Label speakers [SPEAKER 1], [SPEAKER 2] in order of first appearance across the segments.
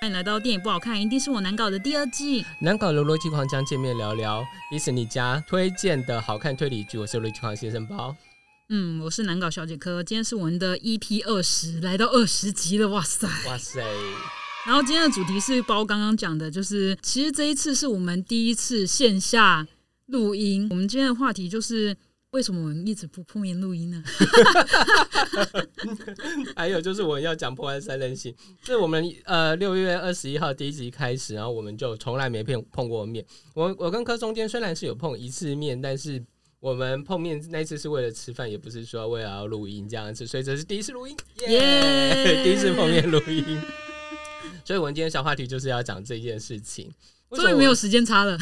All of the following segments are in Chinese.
[SPEAKER 1] 欢迎来到电影不好看，一定是我难搞的第二季。
[SPEAKER 2] 难搞的逻辑狂将见面聊聊，迪士尼家推荐的好看推理剧。我是逻辑狂先生包。
[SPEAKER 1] 嗯，我是难搞小姐科，今天是我们的 EP 二十，来到二十集了，哇塞！
[SPEAKER 2] 哇塞，
[SPEAKER 1] 然后今天的主题是包刚刚讲的，就是其实这一次是我们第一次线下录音。我们今天的话题就是为什么我们一直不碰面录音呢？
[SPEAKER 2] 还有就是我要讲《破案三人行》，是我们呃六月二十一号第一集开始，然后我们就从来没碰碰过面。我我跟柯中间虽然是有碰一次面，但是我们碰面那次是为了吃饭，也不是说为了要录音这样子，所以这是第一次录音，耶、
[SPEAKER 1] 耶
[SPEAKER 2] 第一次碰面录音。所以我们今天小话题就是要讲这件事情。为
[SPEAKER 1] 终
[SPEAKER 2] 什么
[SPEAKER 1] 于
[SPEAKER 2] 我
[SPEAKER 1] 没有时间差了，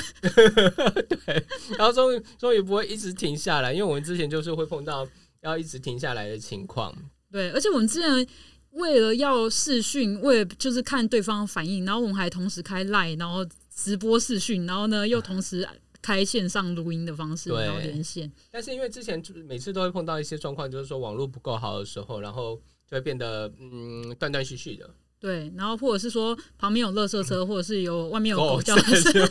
[SPEAKER 2] 然后终于终于不会一直停下来，因为我们之前就是会碰到要一直停下来的情况。
[SPEAKER 1] 对，而且我们之前。为了要视讯，为了就是看对方反应，然后我们还同时开 Line，然后直播视讯，然后呢又同时开线上录音的方式，
[SPEAKER 2] 对
[SPEAKER 1] 然后连线。
[SPEAKER 2] 但是因为之前就是每次都会碰到一些状况，就是说网络不够好的时候，然后就会变得嗯断断续续的。
[SPEAKER 1] 对，然后或者是说旁边有垃圾
[SPEAKER 2] 嗯
[SPEAKER 1] 车，或者是有外面有狗
[SPEAKER 2] 狗
[SPEAKER 1] 叫
[SPEAKER 2] 叫
[SPEAKER 1] 声，
[SPEAKER 2] 声，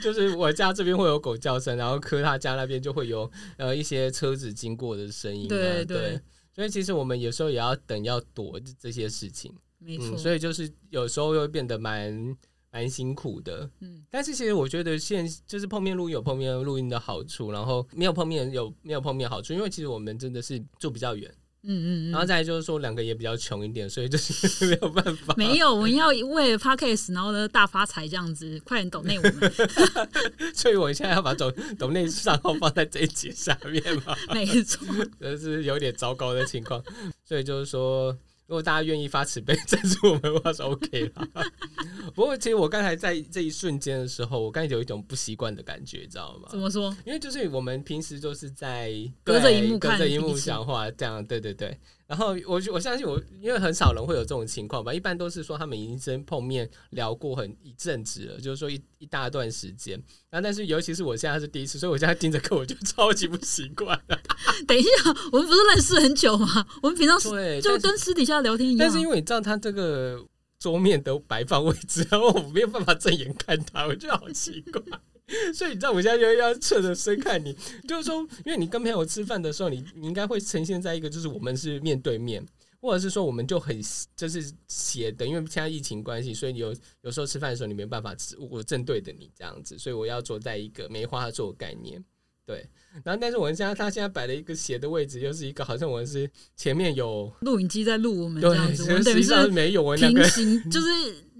[SPEAKER 2] 就是 我家这边会有狗叫声，然后科他家那边就会有呃一些车子经过的声音、啊。
[SPEAKER 1] 对对
[SPEAKER 2] 对，所以其实我们有时候也要等要躲这些事情。
[SPEAKER 1] 没错
[SPEAKER 2] 嗯，，所以就是有时候又会变得蛮蛮辛苦的。
[SPEAKER 1] 嗯
[SPEAKER 2] 嗯，但是其实我觉得现就是碰面录音有碰面录音的好处，然后没有碰面有没有碰面好处，因为其实我们真的是住比较远，
[SPEAKER 1] 嗯嗯
[SPEAKER 2] 然
[SPEAKER 1] 嗯，
[SPEAKER 2] 后再来就是说两个也比较穷一点，所以就是 没有办法。
[SPEAKER 1] 没有，我们要为了 podcast，然后呢大发财这样子，快点抖内我们，
[SPEAKER 2] 所以我现在要把抖抖内账号放在这一集下 面嘛，
[SPEAKER 1] 没错，
[SPEAKER 2] 这 是有点糟糕的情况。 所以就是说，如果大家愿意发慈悲赞助我们，我是 OK 啦。 不过其实我刚才在这一瞬间的时候，我刚才有一种不习惯的感觉，知道吗？
[SPEAKER 1] 怎么说？
[SPEAKER 2] 因为就是我们平时都是在
[SPEAKER 1] 隔着荧幕
[SPEAKER 2] 对
[SPEAKER 1] 看
[SPEAKER 2] 隔着荧
[SPEAKER 1] 彼
[SPEAKER 2] 幕
[SPEAKER 1] 此
[SPEAKER 2] 讲话，这样对对对。然后我我相信我，因为很少人会有这种情况吧，一般都是说他们已经真碰面聊过很一阵子了，就是说一一大段时间。然后但是尤其是我现在是第一次，所以我现在盯着课我就超级不习惯。
[SPEAKER 1] 等一下，我们不是认识很久吗？我们平常
[SPEAKER 2] 对，
[SPEAKER 1] 就
[SPEAKER 2] 但是
[SPEAKER 1] 跟私底下聊天一样，
[SPEAKER 2] 但是因为你知道他这个桌面的摆放位置，然后我没有办法正眼看他，我觉得好奇怪。 所以你知道，我现在就要侧着身看你，就是说，因为你跟朋友吃饭的时候，你你应该会呈现在一个就是我们是面对面，或者是说我们就很就是斜的，因为现在疫情关系，所以你有有时候吃饭的时候你没办法吃，我正对着你这样子，所以我要坐在一个梅花座概念。对，然后但是我现在他现在摆了一个斜的位置，又是一个好像我是前面有
[SPEAKER 1] 录影机在录我们这样
[SPEAKER 2] 对，
[SPEAKER 1] 子，
[SPEAKER 2] 其
[SPEAKER 1] 我
[SPEAKER 2] 实
[SPEAKER 1] 们等
[SPEAKER 2] 实际
[SPEAKER 1] 于
[SPEAKER 2] 上
[SPEAKER 1] 是
[SPEAKER 2] 没有我们两
[SPEAKER 1] 平
[SPEAKER 2] 个。
[SPEAKER 1] 行，就是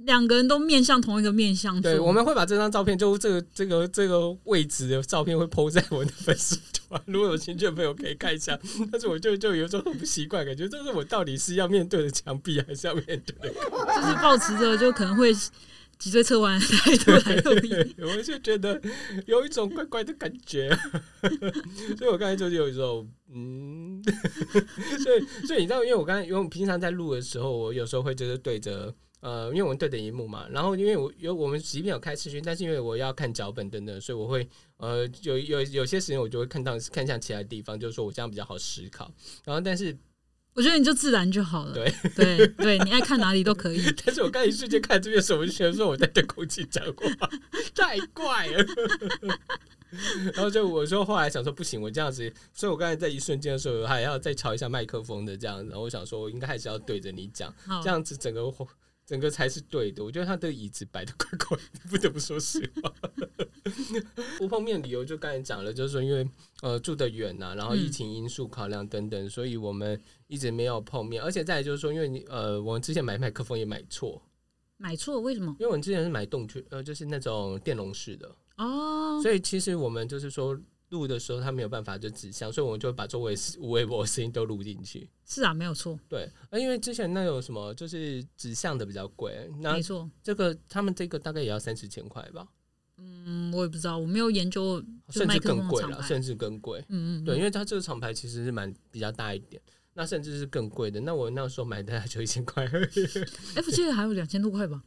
[SPEAKER 1] 两个人都面向同一个面向
[SPEAKER 2] 对，
[SPEAKER 1] 说
[SPEAKER 2] 我们会把这张照片，就这个这个这个位置的照片会 PO 在我的粉丝团，如果有兴趣的朋友可以看一下。但是我就就有时候很不习惯，感觉就是我到底是要面对着墙壁，还是要面对着
[SPEAKER 1] 就是保持着就可能会脊椎侧弯的态度来录音。
[SPEAKER 2] 我就觉得有一种怪怪的感觉， 所以我刚才就是有一种嗯， 所以所以你知道，因为我刚才因为我平常在录的时候，我有时候会就是对着呃，因为我们对着荧幕嘛，然后因为我有我们即便有开视讯，但是因为我要看脚本等等，所以我会呃有有有些时间我就会看到看向其他地方，就是说我这样比较好思考，然后但是
[SPEAKER 1] 我觉得你就自然就好了。
[SPEAKER 2] 对
[SPEAKER 1] 对对你爱看哪里都可以。
[SPEAKER 2] 但是我刚才一瞬间看这边的时候，我就觉得说我在对空气讲话， 太怪了。然后就我说，后来想说不行，我这样子，所以我刚才在一瞬间的时候，还要再调一下麦克风的这样子。然后我想说，我应该还是要对着你讲，
[SPEAKER 1] 好
[SPEAKER 2] 这，样子整个整个才是对的。我觉得他的椅子摆的怪怪的，不得不说实话。 不碰面理由就刚才讲了，就是说因为呃住得远呐、然后疫情因素考量等等，所以我们一直没有碰面。而且再来就是说，因为你呃我们之前买麦克风也买错，
[SPEAKER 1] 买错为什么？
[SPEAKER 2] 因为我们之前是买动圈，呃，就是那种电容式的，
[SPEAKER 1] 哦，
[SPEAKER 2] 所以其实我们就是说录的时候，它没有办法就指向，所以我们就会把周围无微博的声音都录进去。
[SPEAKER 1] 是啊，没有错，
[SPEAKER 2] 对，呃，因为之前那有什么就是指向的比较贵，那
[SPEAKER 1] 没错。
[SPEAKER 2] 这个他们这个大概也要三四千块吧，
[SPEAKER 1] 嗯，我也不知道，我没有研究。就
[SPEAKER 2] 甚
[SPEAKER 1] 麦
[SPEAKER 2] 至
[SPEAKER 1] 克风的
[SPEAKER 2] 更贵
[SPEAKER 1] 厂
[SPEAKER 2] 了，
[SPEAKER 1] 牌
[SPEAKER 2] 甚至更贵。
[SPEAKER 1] 嗯嗯，
[SPEAKER 2] 对，
[SPEAKER 1] 嗯，
[SPEAKER 2] 因为它这个厂牌其实是蛮比较大一点，那甚至是更贵的。那我那时候买大概就一千块而 已，
[SPEAKER 1] f 记得还有两千多块吧？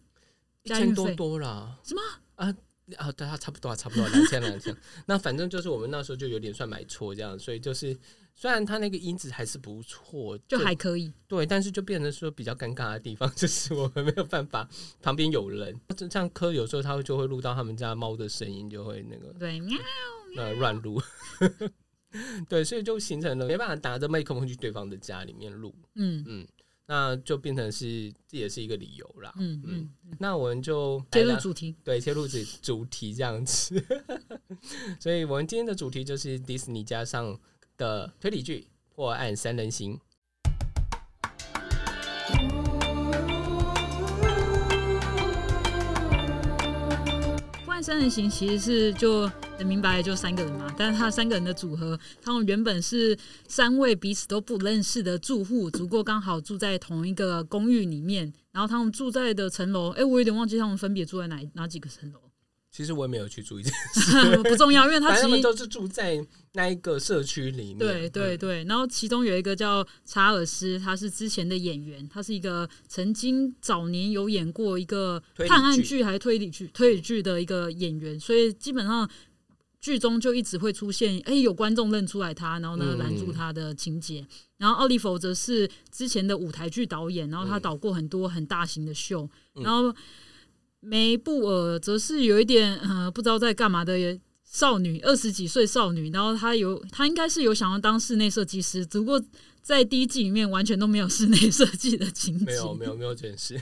[SPEAKER 2] 一
[SPEAKER 1] 加运
[SPEAKER 2] 千
[SPEAKER 1] 费
[SPEAKER 2] 多多啦。
[SPEAKER 1] 什么？
[SPEAKER 2] 啊啊，对啊，差不多啊，差不多两千两千。那反正就是我们那时候就有点算买错这样，所以就是虽然它那个音质还是不错，
[SPEAKER 1] 就还可以。
[SPEAKER 2] 对，但是就变成说比较尴尬的地方，就是我们没有办法旁边有人，这样科有时候它会就会录到他们家猫的声音，就会那个
[SPEAKER 1] 对，
[SPEAKER 2] 呃乱录。 对，所以就形成了没办法打着麦克风去对方的家里面录，
[SPEAKER 1] 嗯
[SPEAKER 2] 嗯，那就变成是这也是一个理由啦。
[SPEAKER 1] 嗯
[SPEAKER 2] 嗯
[SPEAKER 1] 嗯，
[SPEAKER 2] 那我们就
[SPEAKER 1] 切
[SPEAKER 2] 来
[SPEAKER 1] 入
[SPEAKER 2] 聊
[SPEAKER 1] 主题，
[SPEAKER 2] 对，切入主主题这样子。 所以我们今天的主题就是迪士尼加上的推理剧《破案三人行》。
[SPEAKER 1] 《破案三人行》其实是就很明白，就三个人嘛，但是他三个人的组合，他们原本是三位彼此都不认识的住户，只不过刚好住在同一个公寓里面，然后他们住在的层楼，哎、我有点忘记他们分别住在哪哪几个层楼，
[SPEAKER 2] 其实我也没有去注意这个，
[SPEAKER 1] 不重要，因为他
[SPEAKER 2] 反正他
[SPEAKER 1] 其
[SPEAKER 2] 们
[SPEAKER 1] 实
[SPEAKER 2] 都是住在那一个社区里面。
[SPEAKER 1] 对对
[SPEAKER 2] 嗯
[SPEAKER 1] 对，然后其中有一个叫查尔斯，他是之前的演员，他是一个曾经早年有演过一个
[SPEAKER 2] 推理
[SPEAKER 1] 探案
[SPEAKER 2] 剧
[SPEAKER 1] 剧还是推理剧推理剧的一个演员，所以基本上剧中就一直会出现，哎、有观众认出来他，然后呢
[SPEAKER 2] 嗯
[SPEAKER 1] 拦住他的情节。然后奥利弗则是之前的舞台剧导演，然后他
[SPEAKER 2] 嗯
[SPEAKER 1] 导过很多很大型的秀，
[SPEAKER 2] 嗯
[SPEAKER 1] 然后梅布尔则是有一点呃不知道在干嘛的少女，二十几岁少女，然后她有她应该是有想要当室内设计师，只不过在第一季里面完全都没有室内设计的情节，
[SPEAKER 2] 没有没有没有这件事。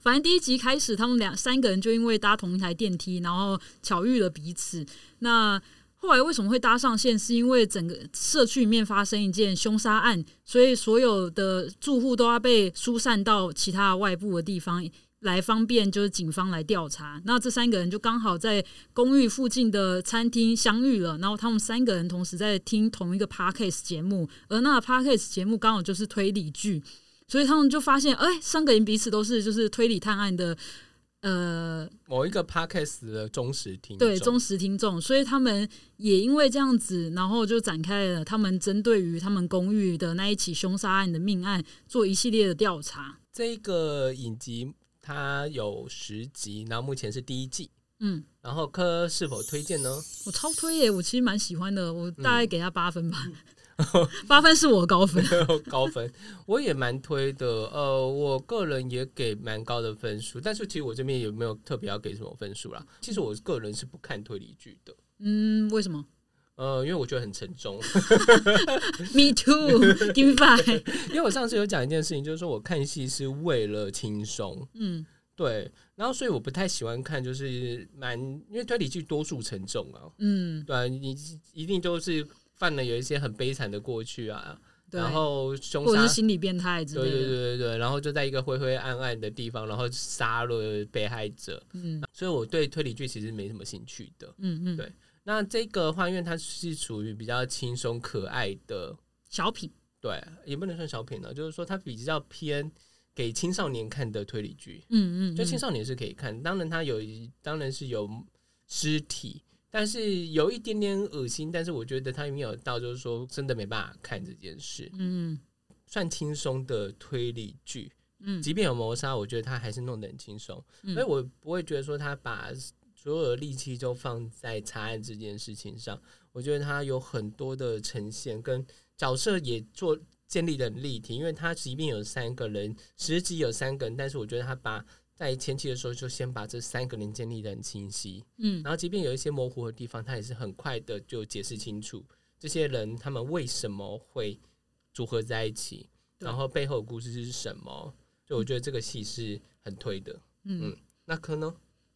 [SPEAKER 1] 反正第一集开始，他们两三个人就因为搭同一台电梯，然后巧遇了彼此。那后来为什么会搭上线？是因为整个社区里面发生一件凶杀案，所以所有的住户都要被疏散到其他外部的地方，来方便就是警方来调查。那这三个人就刚好在公寓附近的餐厅相遇了，然后他们三个人同时在听同一个 podcast 节目，而那个 podcast 节目刚好就是推理剧，所以他们就发现，哎、三个人彼此都是就是推理探案的，呃，
[SPEAKER 2] 某一个 podcast 的忠实听众
[SPEAKER 1] 对忠实听众，所以他们也因为这样子，然后就展开了他们针对于他们公寓的那一起凶杀案的命案做一系列的调查。
[SPEAKER 2] 这个影集它有十集，然后目前是第一季。
[SPEAKER 1] 嗯，
[SPEAKER 2] 然后科是否推荐呢？
[SPEAKER 1] 我超推耶、我其实蛮喜欢的，我大概给他八 分吧，八、分是我的高分。
[SPEAKER 2] 高分，我也蛮推的。呃，我个人也给蛮高的分数，但是其实我这边也没有特别要给什么分数啦。其实我个人是不看推理剧的，
[SPEAKER 1] 嗯，为什么
[SPEAKER 2] 呃，因为我觉得很沉重。
[SPEAKER 1] ？Me too，give me five。
[SPEAKER 2] 因为我上次有讲一件事情，就是说我看戏是为了轻松，
[SPEAKER 1] 嗯
[SPEAKER 2] 对，然后所以我不太喜欢看，就是蛮因为推理剧多数沉重啊，
[SPEAKER 1] 嗯，
[SPEAKER 2] 对啊，你一定都是犯了有一些很悲惨的过去啊，
[SPEAKER 1] 对，
[SPEAKER 2] 然后凶
[SPEAKER 1] 或者
[SPEAKER 2] 杀
[SPEAKER 1] 是心理变态之类
[SPEAKER 2] 对
[SPEAKER 1] 的。
[SPEAKER 2] 对对对对，然后就在一个灰灰暗暗的地方，然后杀了被害者，
[SPEAKER 1] 嗯
[SPEAKER 2] 所以我对推理剧其实没什么兴趣的。
[SPEAKER 1] 嗯嗯，
[SPEAKER 2] 对那这个的话，因为它是属于比较轻松可爱的，
[SPEAKER 1] 小品。
[SPEAKER 2] 对，也不能算小品了，就是说它比较偏给青少年看的推理剧，
[SPEAKER 1] 嗯嗯，嗯
[SPEAKER 2] 就青少年是可以看，当然它有一，当然是有尸体。但是有一点点恶心，但是我觉得它没有到，就是说真的没办法看这件事，
[SPEAKER 1] 嗯
[SPEAKER 2] 算轻松的推理剧。
[SPEAKER 1] 嗯
[SPEAKER 2] 即便有谋杀，我觉得他还是弄得很轻松，
[SPEAKER 1] 嗯
[SPEAKER 2] 所以我不会觉得说他把所有的力气都放在查案这件事情上。我觉得他有很多的呈现跟角色也做建立的很立体，因为他即便有三个人，十集有三个人，但是我觉得他把在前期的时候就先把这三个人建立的很清晰，
[SPEAKER 1] 嗯
[SPEAKER 2] 然后即便有一些模糊的地方，他也是很快的就解释清楚这些人他们为什么会组合在一起，
[SPEAKER 1] 对
[SPEAKER 2] 然后背后的故事是什么。所以我觉得这个戏是很推的。
[SPEAKER 1] 嗯
[SPEAKER 2] 那 科呢？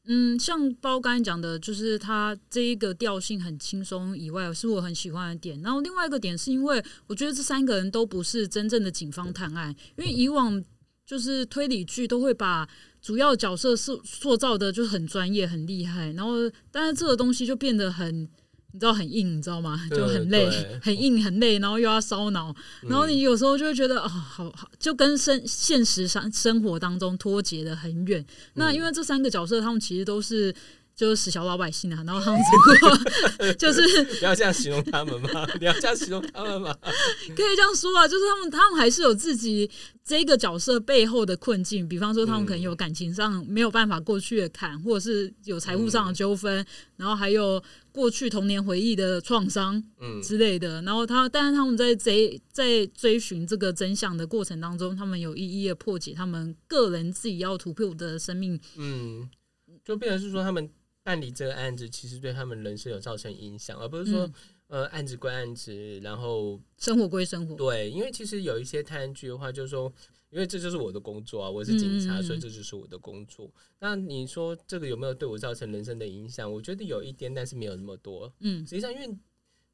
[SPEAKER 1] 嗯，像包刚才讲的，就是它这一个调性很轻松以外，是我很喜欢的点。然后另外一个点是因为我觉得这三个人都不是真正的警方探案，因
[SPEAKER 2] 嗯
[SPEAKER 1] 为以往就是推理剧都会把主要角色塑塑造的就是很专业、很厉害，然后但是这个东西就变得很。你知道很硬，你知道吗？
[SPEAKER 2] 对
[SPEAKER 1] 就很累
[SPEAKER 2] 对，
[SPEAKER 1] 很硬，很累，然后又要烧脑，
[SPEAKER 2] 嗯
[SPEAKER 1] 然后你有时候就会觉得哦，好好，就跟生现实生生活当中脱节的很远。那因为这三个角色，他们其实都是就是死小老百姓啊，然后他们 只不过就是
[SPEAKER 2] 不要这样形容他们嘛，你要这样形容他们嘛。
[SPEAKER 1] 可以这样说啊，就是他们他们还是有自己这个角色背后的困境，比方说他们可能有感情上没有办法过去的坎，或者是有财务上的纠纷，然后还有过去童年回忆的创伤
[SPEAKER 2] 嗯，
[SPEAKER 1] 之类的。然后他，但是他们在追在追寻这个真相的过程当中，他们有一一的破解他们个人自己要突破的生命。
[SPEAKER 2] 嗯，就变成是说他们办理这个案子，其实对他们人生有造成影响，而不是说、
[SPEAKER 1] 嗯
[SPEAKER 2] 呃案子归案子，然后
[SPEAKER 1] 生活归生活，
[SPEAKER 2] 对，因为其实有一些探案剧的话，就是说，因为这就是我的工作啊，我是警
[SPEAKER 1] 嗯
[SPEAKER 2] 察，
[SPEAKER 1] 嗯嗯
[SPEAKER 2] 所以这就是我的工作。那你说这个有没有对我造成人生的影响？我觉得有一点，但是没有那么多。
[SPEAKER 1] 嗯
[SPEAKER 2] 实际上，因为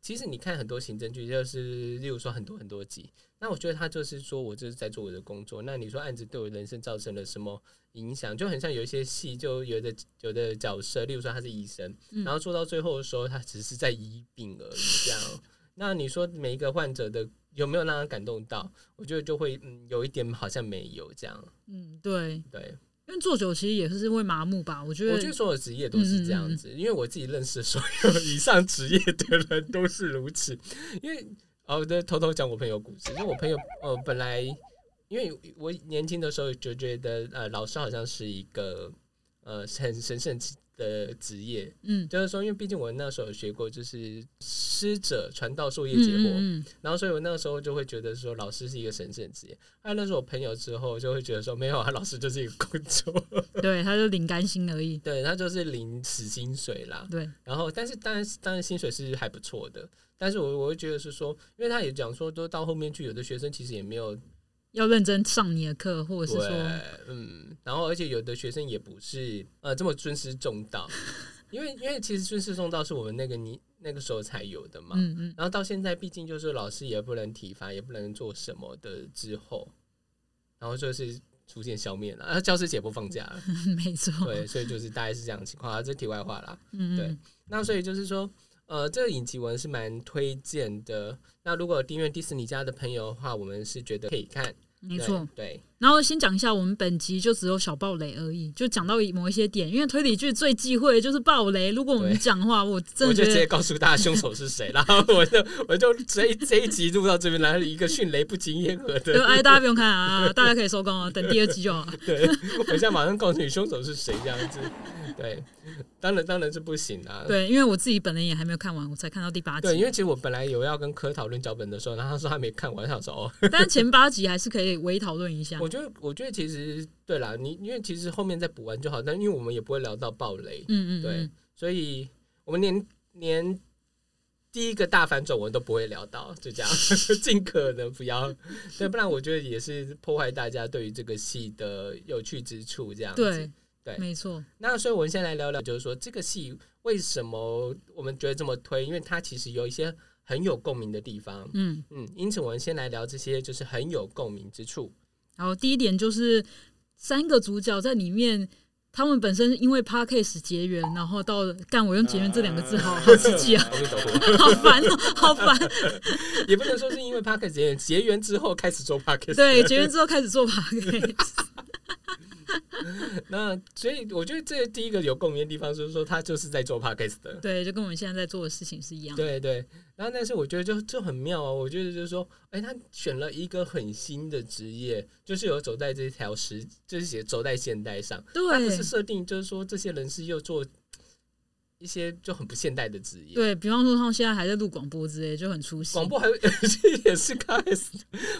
[SPEAKER 2] 其实你看很多刑侦剧，就是例如说很多很多集，那我觉得他就是说我就是在做我的工作。那你说案子对我人生造成了什么影响？就很像有一些戏，就有的有的角色，例如说他是医生，
[SPEAKER 1] 嗯
[SPEAKER 2] 然后做到最后的时候，他只是在医病而已。这样，那你说每一个患者的有没有让他感动到？我觉得就会嗯有一点好像没有这样。
[SPEAKER 1] 嗯，对，
[SPEAKER 2] 对，
[SPEAKER 1] 因为做久其实也是会麻木吧，我觉
[SPEAKER 2] 我觉得
[SPEAKER 1] 得。
[SPEAKER 2] 所有职业都是这
[SPEAKER 1] 嗯
[SPEAKER 2] 样子，因为我自己认识的所 有以上职业的人都是如此。因为哦，对，偷偷讲我朋友故事，因为我朋友呃本来因为我年轻的时候就觉得呃老师好像是一个呃很神圣的职业，
[SPEAKER 1] 嗯，
[SPEAKER 2] 就是说因为毕竟我那时候有学过就是师者传道授业
[SPEAKER 1] 嗯
[SPEAKER 2] 解惑，
[SPEAKER 1] 嗯
[SPEAKER 2] 然后所以我那个时候就会觉得说老师是一个神圣职业。啊后来认识我朋友之后，就会觉得说没有啊，老师就是一个工作。
[SPEAKER 1] 嗯，对，他就领干薪而已，
[SPEAKER 2] 对，他就是领死薪水啦。
[SPEAKER 1] 对，
[SPEAKER 2] 然后，但是当然，当然薪水是还不错的。但是我我会觉得是说，因为他也讲说，都到后面去，有的学生其实也没有
[SPEAKER 1] 要认真上你的课，或者是
[SPEAKER 2] 对
[SPEAKER 1] 说，，
[SPEAKER 2] 嗯，然后而且有的学生也不是呃这么尊师重道，因为因为其实尊师重道是我们那个你那个时候才有的嘛。
[SPEAKER 1] 嗯嗯，
[SPEAKER 2] 然后到现在，毕竟就是老师也不能体罚，也不能做什么的之后，然后就是逐渐消灭了，啊，教师节不放 假了，
[SPEAKER 1] 嗯没错，
[SPEAKER 2] 对，所以就是大概是这样的情况啊，这题外话啦。
[SPEAKER 1] 嗯，
[SPEAKER 2] 对那所以就是说，呃，这个影集我是蛮推荐的。那如果有订阅迪士尼家的朋友的话，我们是觉得可以看，
[SPEAKER 1] 没错。
[SPEAKER 2] 对，
[SPEAKER 1] 然后先讲一下，我们本集就只有小爆雷而已，就讲到某一些点，因为推理剧最忌讳的就是爆雷。如果我们
[SPEAKER 2] 对
[SPEAKER 1] 讲的话，我
[SPEAKER 2] 对
[SPEAKER 1] 真
[SPEAKER 2] 我
[SPEAKER 1] 的
[SPEAKER 2] 就直
[SPEAKER 1] 觉
[SPEAKER 2] 接
[SPEAKER 1] 得
[SPEAKER 2] 告诉大家凶手是谁，然后 我就我就这一这一集录到这边来了一个迅雷不及掩耳
[SPEAKER 1] 就
[SPEAKER 2] 的，
[SPEAKER 1] 哎，大家不用看啊，大家可以收工了，等第二集就好 了。
[SPEAKER 2] 对，我现在马上告诉你凶手是谁这样子，对，当然当然是不行啊，
[SPEAKER 1] 对，因为我自己本人也还没有看完，我才看到第八
[SPEAKER 2] 对，
[SPEAKER 1] 集，
[SPEAKER 2] 因为其实我本来有要跟柯讨论脚本的时候，然后他说他没看完，我想说哦，
[SPEAKER 1] 但前八集还是可以微讨论一下。
[SPEAKER 2] 我觉得我觉得其实对啦，你因为其实后面再补完就好，但因为我们也不会聊到暴雷，
[SPEAKER 1] 嗯嗯，
[SPEAKER 2] 对
[SPEAKER 1] 嗯，，
[SPEAKER 2] 所以我们连连第一个大反转我们都不会聊到，就这样， 尽可能不要，对，不然我觉得也是破坏大家对于这个戏的有趣之处，这样子。
[SPEAKER 1] 对
[SPEAKER 2] 对
[SPEAKER 1] 没错，
[SPEAKER 2] 那所以我们先来聊聊，就是说这个戏为什么我们觉得这么推，因为它其实有一些很有共鸣的地方，
[SPEAKER 1] 嗯。
[SPEAKER 2] 嗯，因此我们先来聊这些就是很有共鸣之处，
[SPEAKER 1] 然后第一点就是三个主角在里面，他们本身因为 podcast 结缘，然后到干我用结缘这两个字好好刺 激啊，
[SPEAKER 2] 我们走过。
[SPEAKER 1] 好烦哦，好烦。
[SPEAKER 2] 也不能说是因为 p a r k e 结缘，结缘之后开始做 p a r k e
[SPEAKER 1] 对，结缘之后开始做 podcast，
[SPEAKER 2] 那所以我觉得这第一个有共鸣的地方，就是说他就是在做 podcast 的。
[SPEAKER 1] 对，就跟我们现在在做的事情是一样。
[SPEAKER 2] 对对，然后但是我觉得就就很妙哦，我觉得就是说，哎，他选了一个很新的职业，就是有走在这条时，就是写走在现代上，他不
[SPEAKER 1] 对
[SPEAKER 2] 是设定就是说这些人是又做一些就很不现代的职业，
[SPEAKER 1] 对，比方说他们现在还在录广播之类，就很出戏
[SPEAKER 2] 广。播还有 这也是开始，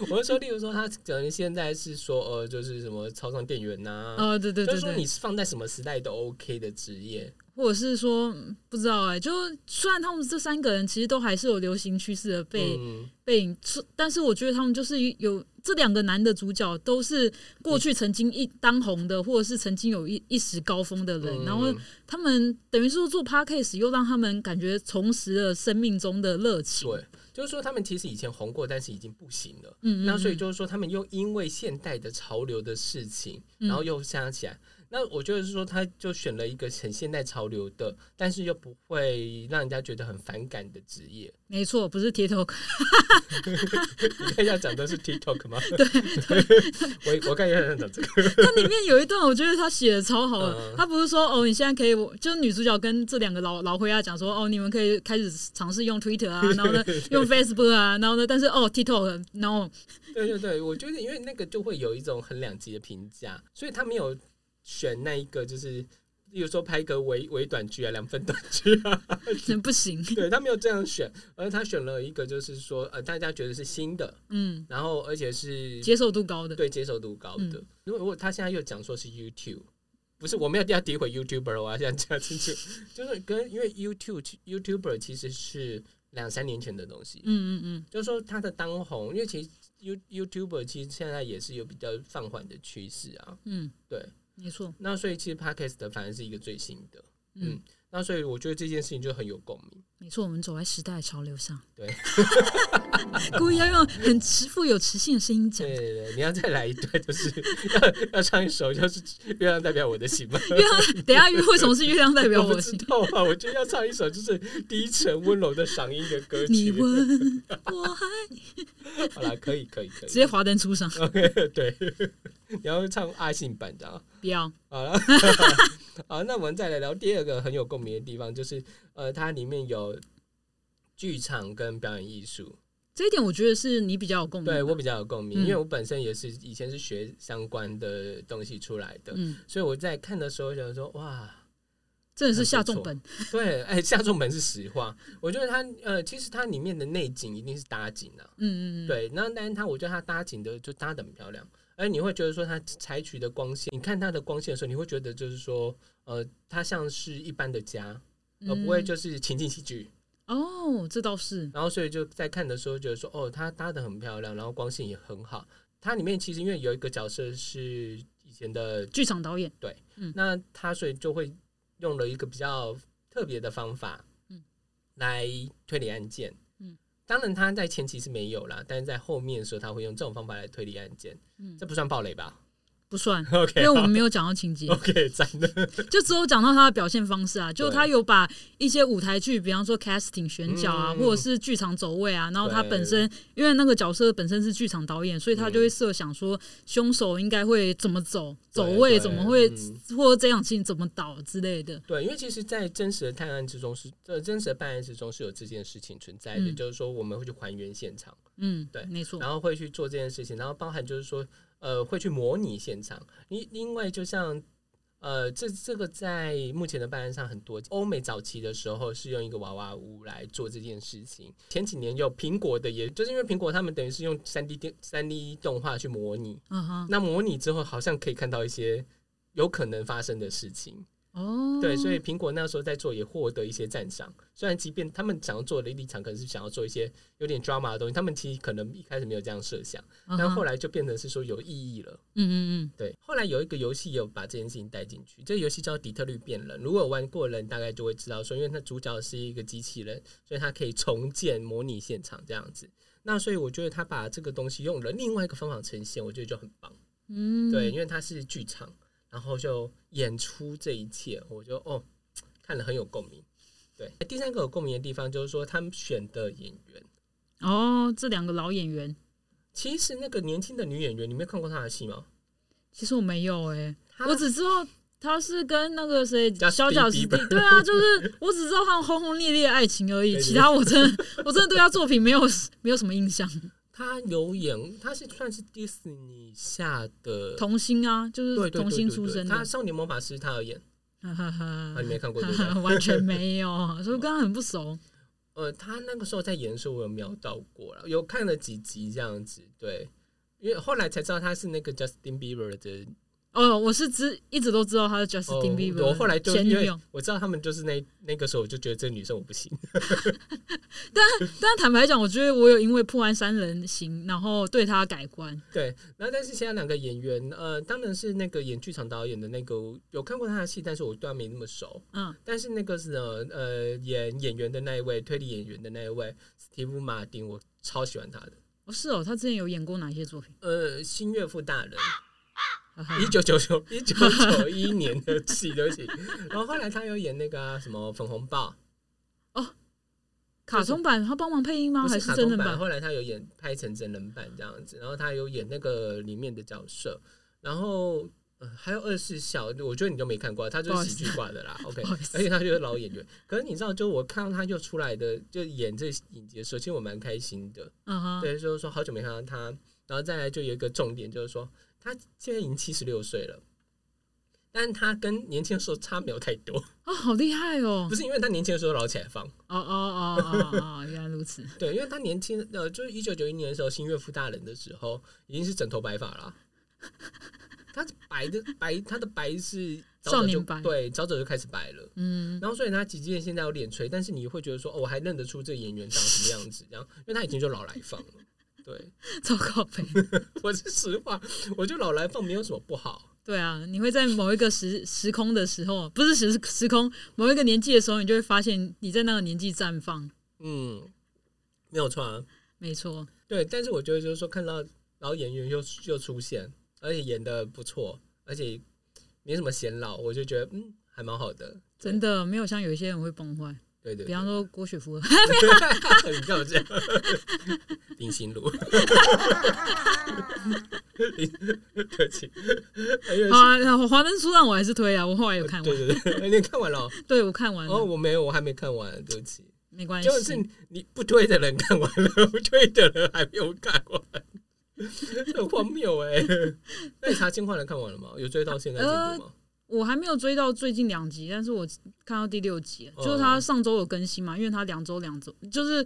[SPEAKER 2] 我是说，例如说他可能现在是说呃，就是什么超商店员呐、
[SPEAKER 1] 哦，对对
[SPEAKER 2] 就
[SPEAKER 1] 对
[SPEAKER 2] 是说你
[SPEAKER 1] 对，
[SPEAKER 2] 是放在什么时代都 OK 的职业，
[SPEAKER 1] 或者是说嗯不知道哎、就虽然他们这三个人其实都还是有流行趋势的被、
[SPEAKER 2] 嗯
[SPEAKER 1] 背影，是但是我觉得他们就是有这两个男的主角都是过去曾经一当红的，或者是曾经有一一时高峰的人，
[SPEAKER 2] 嗯
[SPEAKER 1] 然后他们等于是说做 podcast 又让他们感觉重拾了生命中的热情。
[SPEAKER 2] 对，就是说他们其实以前红过，但是已经不行了。
[SPEAKER 1] 嗯，嗯
[SPEAKER 2] 那所以
[SPEAKER 1] 嗯
[SPEAKER 2] 就是说，他们又因为现代的潮流的事情，
[SPEAKER 1] 嗯
[SPEAKER 2] 然后又想起来。那我觉得是说，他就选了一个很现代潮流的，但是又不会让人家觉得很反感的职业。
[SPEAKER 1] 没错，不是铁头
[SPEAKER 2] 你看一下讲的 是 TikTok 吗？对， 我我看一下想讲这个，
[SPEAKER 1] 它里面有一段，我觉得他写的超好的
[SPEAKER 2] 嗯。
[SPEAKER 1] 他不是说哦，你现在可以，就是女主角跟这两个老老灰啊讲说，哦，你们可以开始尝试用 Twitter 啊，然后呢用 Facebook 啊，然后呢，但是哦 TikTok，然后
[SPEAKER 2] 对对对，我觉得因为那个就会有一种很两极的评价，所以他没有选那一个就是。比如说拍个微微短剧啊，两分短剧啊，
[SPEAKER 1] 嗯不 行，
[SPEAKER 2] 对他没有这样选，而他选了一个就是说，呃，大家觉得是新的，
[SPEAKER 1] 嗯，
[SPEAKER 2] 然后而且是
[SPEAKER 1] 接受度高的，
[SPEAKER 2] 对接受度高的。
[SPEAKER 1] 嗯
[SPEAKER 2] 如果如果他现在又讲说是 YouTube，不是我们要要诋毁 YouTuber，哦我要这样讲清楚， 就是跟因为 YouTube YouTuber 其实是两三年前的东西，
[SPEAKER 1] 嗯嗯嗯，
[SPEAKER 2] 就是说它的当红，因为其实 You YouTuber 其实现在也是有比较放缓的趋势啊，
[SPEAKER 1] 嗯，
[SPEAKER 2] 对。
[SPEAKER 1] 没错，
[SPEAKER 2] 那所以其实 Podcast 的反而是一个最新的，
[SPEAKER 1] 嗯
[SPEAKER 2] 嗯，那所以我觉得这件事情就很有共鸣。
[SPEAKER 1] 没错，我们走在时代的潮流上，
[SPEAKER 2] 对，
[SPEAKER 1] 故意要用很持富有磁性的声音讲。
[SPEAKER 2] 对对对，你要再来一段，就是 要要唱一首，就是《月亮代表我的心》吗？
[SPEAKER 1] 月亮，等一下为什么是月亮 代表
[SPEAKER 2] 我
[SPEAKER 1] 我
[SPEAKER 2] 不
[SPEAKER 1] 的
[SPEAKER 2] 知
[SPEAKER 1] 心？
[SPEAKER 2] 道啊，我觉得要唱一首就是低沉温柔的嗓音的歌
[SPEAKER 1] 你
[SPEAKER 2] 曲。
[SPEAKER 1] 问我还
[SPEAKER 2] 好啦，可以可以可以，
[SPEAKER 1] 直接华灯初上，
[SPEAKER 2] OK 对，你要唱阿信版的啊。
[SPEAKER 1] 不要，
[SPEAKER 2] 好了， 好，那我们再来聊第二个很有共鸣的地方，就是呃，它里面有剧场跟表演艺术，
[SPEAKER 1] 这一点我觉得是你比较有共鸣吧。
[SPEAKER 2] 对我比较有共鸣，
[SPEAKER 1] 嗯
[SPEAKER 2] 因为我本身也是以前是学相关的东西出来的，
[SPEAKER 1] 嗯，
[SPEAKER 2] 所以我在看的时候想说，哇，
[SPEAKER 1] 真的是下重本，
[SPEAKER 2] 对，哎、下重本是实话，我觉得它呃，其实它里面的内景一定是搭景啊。
[SPEAKER 1] 嗯嗯嗯，，
[SPEAKER 2] 对，那但是它我觉得它搭景的就搭的很漂亮，而你会觉得说它采取的光线，你看它的光线的时候，你会觉得就是说，呃，它像是一般的家，而不
[SPEAKER 1] 嗯
[SPEAKER 2] 会就是情景喜剧。
[SPEAKER 1] 哦，这倒是，
[SPEAKER 2] 然后所以就在看的时候觉得说，哦，它搭的很漂亮，然后光线也很好。它里面其实因为有一个角色是以前的，
[SPEAKER 1] 剧场导演，
[SPEAKER 2] 那他所以就会用了一个比较特别的方法，
[SPEAKER 1] 嗯
[SPEAKER 2] 来推理案件，
[SPEAKER 1] 嗯
[SPEAKER 2] 当然他在前期是没有啦，但是在后面的时候他会用这种方法来推理案件。
[SPEAKER 1] 嗯
[SPEAKER 2] 这，不算暴 雷吧
[SPEAKER 1] 不 算，因
[SPEAKER 2] ？OK，
[SPEAKER 1] 为我们没有讲到 情节
[SPEAKER 2] 好，OK 真的，
[SPEAKER 1] 就只有讲到他的表现方式啊，就
[SPEAKER 2] 对
[SPEAKER 1] 他有把一些舞台剧，比方说 casting 选角啊，
[SPEAKER 2] 嗯
[SPEAKER 1] 或者是剧场走位啊，然后他
[SPEAKER 2] 对嗯
[SPEAKER 1] 本身因为那个角色本身是剧场导演，所以他就会设想说凶手应该会怎么走，走位
[SPEAKER 2] 对
[SPEAKER 1] 怎么会，
[SPEAKER 2] 嗯
[SPEAKER 1] 或者这样情怎么倒之类的，
[SPEAKER 2] 对，因为其实，在真实的探案之中是，呃，真实的办案之中是有这件事情存在的，
[SPEAKER 1] 嗯
[SPEAKER 2] 就是说我们会去还原现场，
[SPEAKER 1] 嗯，
[SPEAKER 2] 对
[SPEAKER 1] 没错，
[SPEAKER 2] 然后会去做这件事情，然后包含就是说，呃，会去模拟现场，因因为就像。呃，这这个在目前的办案上很多，欧美早期的时候是用一个娃娃屋来做这件事情。前几年有苹果的也，就是因为苹果他们等于是用三 D 电三 D 动画去模拟，
[SPEAKER 1] 嗯哼，
[SPEAKER 2] 那模拟之后，好像可以看到一些有可能发生的事情。
[SPEAKER 1] 哦，
[SPEAKER 2] 对，所以苹果那时候在做，也获得一些赞赏。虽然即便他们想要做的立场，可能是想要做一些有点 drama 的东西，他们其实可能一开始没有这样设想，
[SPEAKER 1] 嗯哼，
[SPEAKER 2] 但后来就变成是说有意义了。
[SPEAKER 1] 嗯嗯嗯，
[SPEAKER 2] 对，后来有一个游戏也有把这件事情带进去，这个游戏叫《底特律变人》。如果有玩过的人，大概就会知道说，因为它主角是一个机器人，所以它可以重建模拟现场这样子。那所以我觉得他把这个东西用了另外一个方法呈现，我觉得就很棒。
[SPEAKER 1] 嗯，
[SPEAKER 2] 对，因为它是剧场，然后就演出这一切，我就哦看了很有共鸣。对，第三个有共鸣的地方就是说，他们选的演员，
[SPEAKER 1] 哦，这两个老演员，
[SPEAKER 2] 其实那个年轻的女演员，你没有看过她的戏吗？
[SPEAKER 1] 其实我没有哎、
[SPEAKER 2] 她
[SPEAKER 1] 我只知道他是跟那个谁
[SPEAKER 2] Justin
[SPEAKER 1] 小脚师弟，
[SPEAKER 2] Bieber
[SPEAKER 1] 对啊，就是我只知道他们轰轰烈烈的爱情而已，
[SPEAKER 2] 对
[SPEAKER 1] 其他我真的我真的对他作品没有没有什么印象。
[SPEAKER 2] 她有演，她是算是迪士尼下的，
[SPEAKER 1] 童星啊，就
[SPEAKER 2] 对
[SPEAKER 1] 是
[SPEAKER 2] 对对
[SPEAKER 1] 童星出
[SPEAKER 2] 对对
[SPEAKER 1] 身的
[SPEAKER 2] 她，少年魔法师她有演，
[SPEAKER 1] 哈哈哈
[SPEAKER 2] 啊，你没看过对不
[SPEAKER 1] 哈
[SPEAKER 2] 对
[SPEAKER 1] 哈，？ 完全没有，所以我跟他很不熟。
[SPEAKER 2] 呃，他那个时候在演的时候，我有瞄到过了，有看了几集这样子，对，因为后来才知道他是那个 Justin Bieber 的
[SPEAKER 1] 哦，我是知一直都知道她是 Justin Bieber，、
[SPEAKER 2] 哦、我后来就
[SPEAKER 1] 前
[SPEAKER 2] 因
[SPEAKER 1] 女
[SPEAKER 2] 为
[SPEAKER 1] 友。
[SPEAKER 2] 我知道他们就是那那个时候，我就觉得这女生我不行。
[SPEAKER 1] 但坦白讲，我觉得我有因为《破案三人行》然后对她改观。
[SPEAKER 2] 对，然后但是其他两个演员，呃，当然是那个演剧场导演的那个，有看过他的戏，但是我对他没那么熟。
[SPEAKER 1] 嗯，
[SPEAKER 2] 但是那个是呢，呃，演演员的那一位，推理演员的那一位，史蒂夫·马丁，我超喜欢他的。
[SPEAKER 1] 哦是哦，她之前有演过哪些作品？
[SPEAKER 2] 呃，《新岳父大人》
[SPEAKER 1] 啊哈哈
[SPEAKER 2] 一九九九一九九一年的戏，对不起。然后后来他有演那个啊、什么《粉红豹》，
[SPEAKER 1] 卡通版她帮忙配音吗？
[SPEAKER 2] 不
[SPEAKER 1] 啊还
[SPEAKER 2] 是卡
[SPEAKER 1] 真
[SPEAKER 2] 通
[SPEAKER 1] 人
[SPEAKER 2] 版，？后来他有演拍成真人版这样子，然后他有演那个里面的角色，然后、呃还有二世小，我觉得你都没看过，他就
[SPEAKER 1] 不好意
[SPEAKER 2] 是
[SPEAKER 1] 思
[SPEAKER 2] 喜剧挂 的啦。OK，
[SPEAKER 1] 不好意思
[SPEAKER 2] 而且他就是老演员，可是你知道，就我看到他又出来的，就演这影集的时候，其实我蛮开心的。
[SPEAKER 1] 嗯哼，
[SPEAKER 2] 对，就是说好久没看到他，然后再来就有一个重点，就是说他现在已经七十六岁了。但是他跟年轻的时候差没有太多，
[SPEAKER 1] 哦，好厉害哦
[SPEAKER 2] 不！是因为他年轻的时候老起来放，
[SPEAKER 1] 哦哦哦哦哦，原来如此。
[SPEAKER 2] 对，因为他年轻，呃，就是一九九一年的时候，新岳父大人的时候，已经是枕头白发 了。啊他是白的白，他的白是
[SPEAKER 1] 少
[SPEAKER 2] 早早
[SPEAKER 1] 年
[SPEAKER 2] 就
[SPEAKER 1] 白
[SPEAKER 2] 对，早早就开始白了。
[SPEAKER 1] 嗯，
[SPEAKER 2] 然后所以他即便现在有脸垂，但是你会觉得说，哦，我还认得出这演员长什么样子，这样，因为他已经就老来放了。对，
[SPEAKER 1] 糟糕呗。
[SPEAKER 2] 我是实话，我觉得老来放没有什么不好。
[SPEAKER 1] 对啊，你会在某一个时时空的时候，不是时时空，某一个年纪的时候，你就会发现你在那个年纪绽放。
[SPEAKER 2] 嗯，没有错啊。
[SPEAKER 1] 没错，
[SPEAKER 2] 对，但是我觉得就是说，看到老演员又又出现，而且演的不错，而且没什么显老，我就觉得嗯，还蛮好的。
[SPEAKER 1] 真的没有像有一些人会崩坏，
[SPEAKER 2] 对对
[SPEAKER 1] 比 方说郭雪芙，
[SPEAKER 2] 对你干嘛这样？林心如，林对不起，哎呦
[SPEAKER 1] 好啊，然后《华灯初上》我还是推啊，我后来有看
[SPEAKER 2] 对
[SPEAKER 1] 完，
[SPEAKER 2] 对对，哎你看完了哦？
[SPEAKER 1] 对我看完了，
[SPEAKER 2] 哦，我没有，我还没看完，对不起。
[SPEAKER 1] 没关系，
[SPEAKER 2] 就是你不推的人看完了，不推的人还没有看完，很荒谬哎、 那你查进化人看完了吗？有追到现在进度吗？
[SPEAKER 1] 我还没有追到最近两集，但是我看到第六集了，
[SPEAKER 2] 哦
[SPEAKER 1] 就是他上周有更新嘛，因为他两周两周就是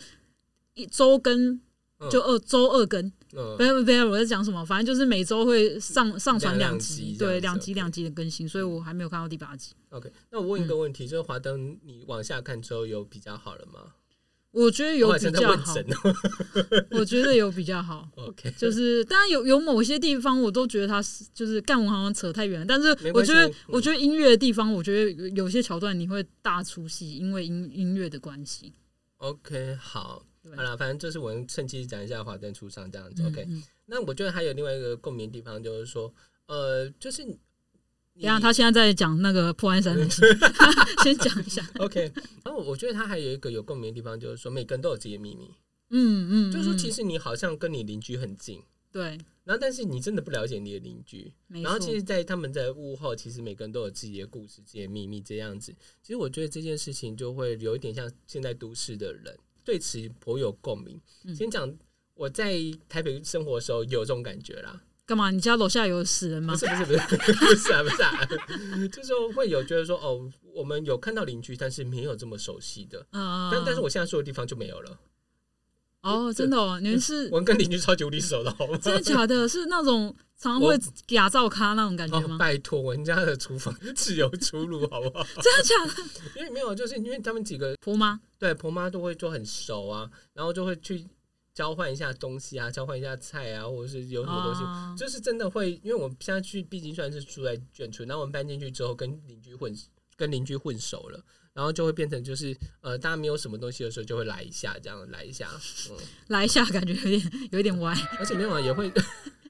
[SPEAKER 1] 一周更。
[SPEAKER 2] 嗯
[SPEAKER 1] 呃就二周二更，
[SPEAKER 2] 嗯
[SPEAKER 1] 不，是不是，我在讲什么？反正就是每周会上上传
[SPEAKER 2] 两
[SPEAKER 1] 两
[SPEAKER 2] 两集这样
[SPEAKER 1] 对，
[SPEAKER 2] 子
[SPEAKER 1] 两集
[SPEAKER 2] OK
[SPEAKER 1] 两集的更新，所以我还没有看到第八集。
[SPEAKER 2] OK，那我问一个问题，就是华灯你往下看之后有比较好了吗？
[SPEAKER 1] 我觉得有
[SPEAKER 2] 我还
[SPEAKER 1] 比
[SPEAKER 2] 真的
[SPEAKER 1] 较
[SPEAKER 2] 问
[SPEAKER 1] 好，
[SPEAKER 2] 神哦。
[SPEAKER 1] 我觉得有比较好。
[SPEAKER 2] OK，
[SPEAKER 1] 就是，当然有有某些地方，我都觉得他是就是干我好像扯太远了。但是
[SPEAKER 2] 没
[SPEAKER 1] 我
[SPEAKER 2] 关系
[SPEAKER 1] 觉得
[SPEAKER 2] 嗯，
[SPEAKER 1] 我觉得音乐的地方，我觉得有有些桥段你会大出戏，因为音音乐的关系。
[SPEAKER 2] OK，好，
[SPEAKER 1] 对
[SPEAKER 2] 好了，反正就是我们趁机讲一下华灯初上这样子。
[SPEAKER 1] 嗯
[SPEAKER 2] OK，
[SPEAKER 1] 嗯
[SPEAKER 2] 那我觉得还有另外一个共鸣的地方，就是说，呃，就是你
[SPEAKER 1] 等一下他现在在讲那个破案三 人行， 先讲一下。
[SPEAKER 2] OK，然后我觉得他还有一个有共鸣的地方，就是说每个人都有自己的秘密。
[SPEAKER 1] 嗯嗯，
[SPEAKER 2] 就是说，其
[SPEAKER 1] 实
[SPEAKER 2] 实你好像跟你邻居很近，
[SPEAKER 1] 对，
[SPEAKER 2] 然后但是你真的不了解你的邻居。
[SPEAKER 1] 没
[SPEAKER 2] 然后其
[SPEAKER 1] 错
[SPEAKER 2] 实，，在他们在屋后，其实每个人都有自己的故事、自己的秘密这样子。其实我觉得这件事情就会有一点像现在都市的人对此颇有共鸣。
[SPEAKER 1] 嗯
[SPEAKER 2] 先讲我在台北生活的时候有这种感觉啦，
[SPEAKER 1] 干嘛？你家楼下有死人吗
[SPEAKER 2] 不？是不是不是不是啊不是啊， 就是说会有觉得说哦，我们有看到邻居，但是没有这么熟悉的。
[SPEAKER 1] 嗯，
[SPEAKER 2] 但但是我现在住的地方就没有了，
[SPEAKER 1] 哦，真的哦，你们是
[SPEAKER 2] 我们跟邻居超级无敌熟的，好吗？
[SPEAKER 1] 真的假的？是那种常会
[SPEAKER 2] 我
[SPEAKER 1] 假造咖那种感觉
[SPEAKER 2] 哦，
[SPEAKER 1] 吗？
[SPEAKER 2] 拜托，我们家的厨房自由出 入，好不好？
[SPEAKER 1] 真的假的？
[SPEAKER 2] 因为没有，就是因为他们几个
[SPEAKER 1] 婆妈，
[SPEAKER 2] 对婆妈都会就很熟啊，然后就会去交换一下东西啊，交换一下菜啊，或者是有什么东西，
[SPEAKER 1] 哦
[SPEAKER 2] 就是真的会，因为我们现在去，毕竟算是住在眷村，然后我们搬进去之后跟邻居混，跟邻居混熟了。然后就会变成就是呃，大家没有什么东西的时候就会来一下，这样来一下，嗯，
[SPEAKER 1] 来一下，感觉有点有点歪。
[SPEAKER 2] 而且没有啊，也会，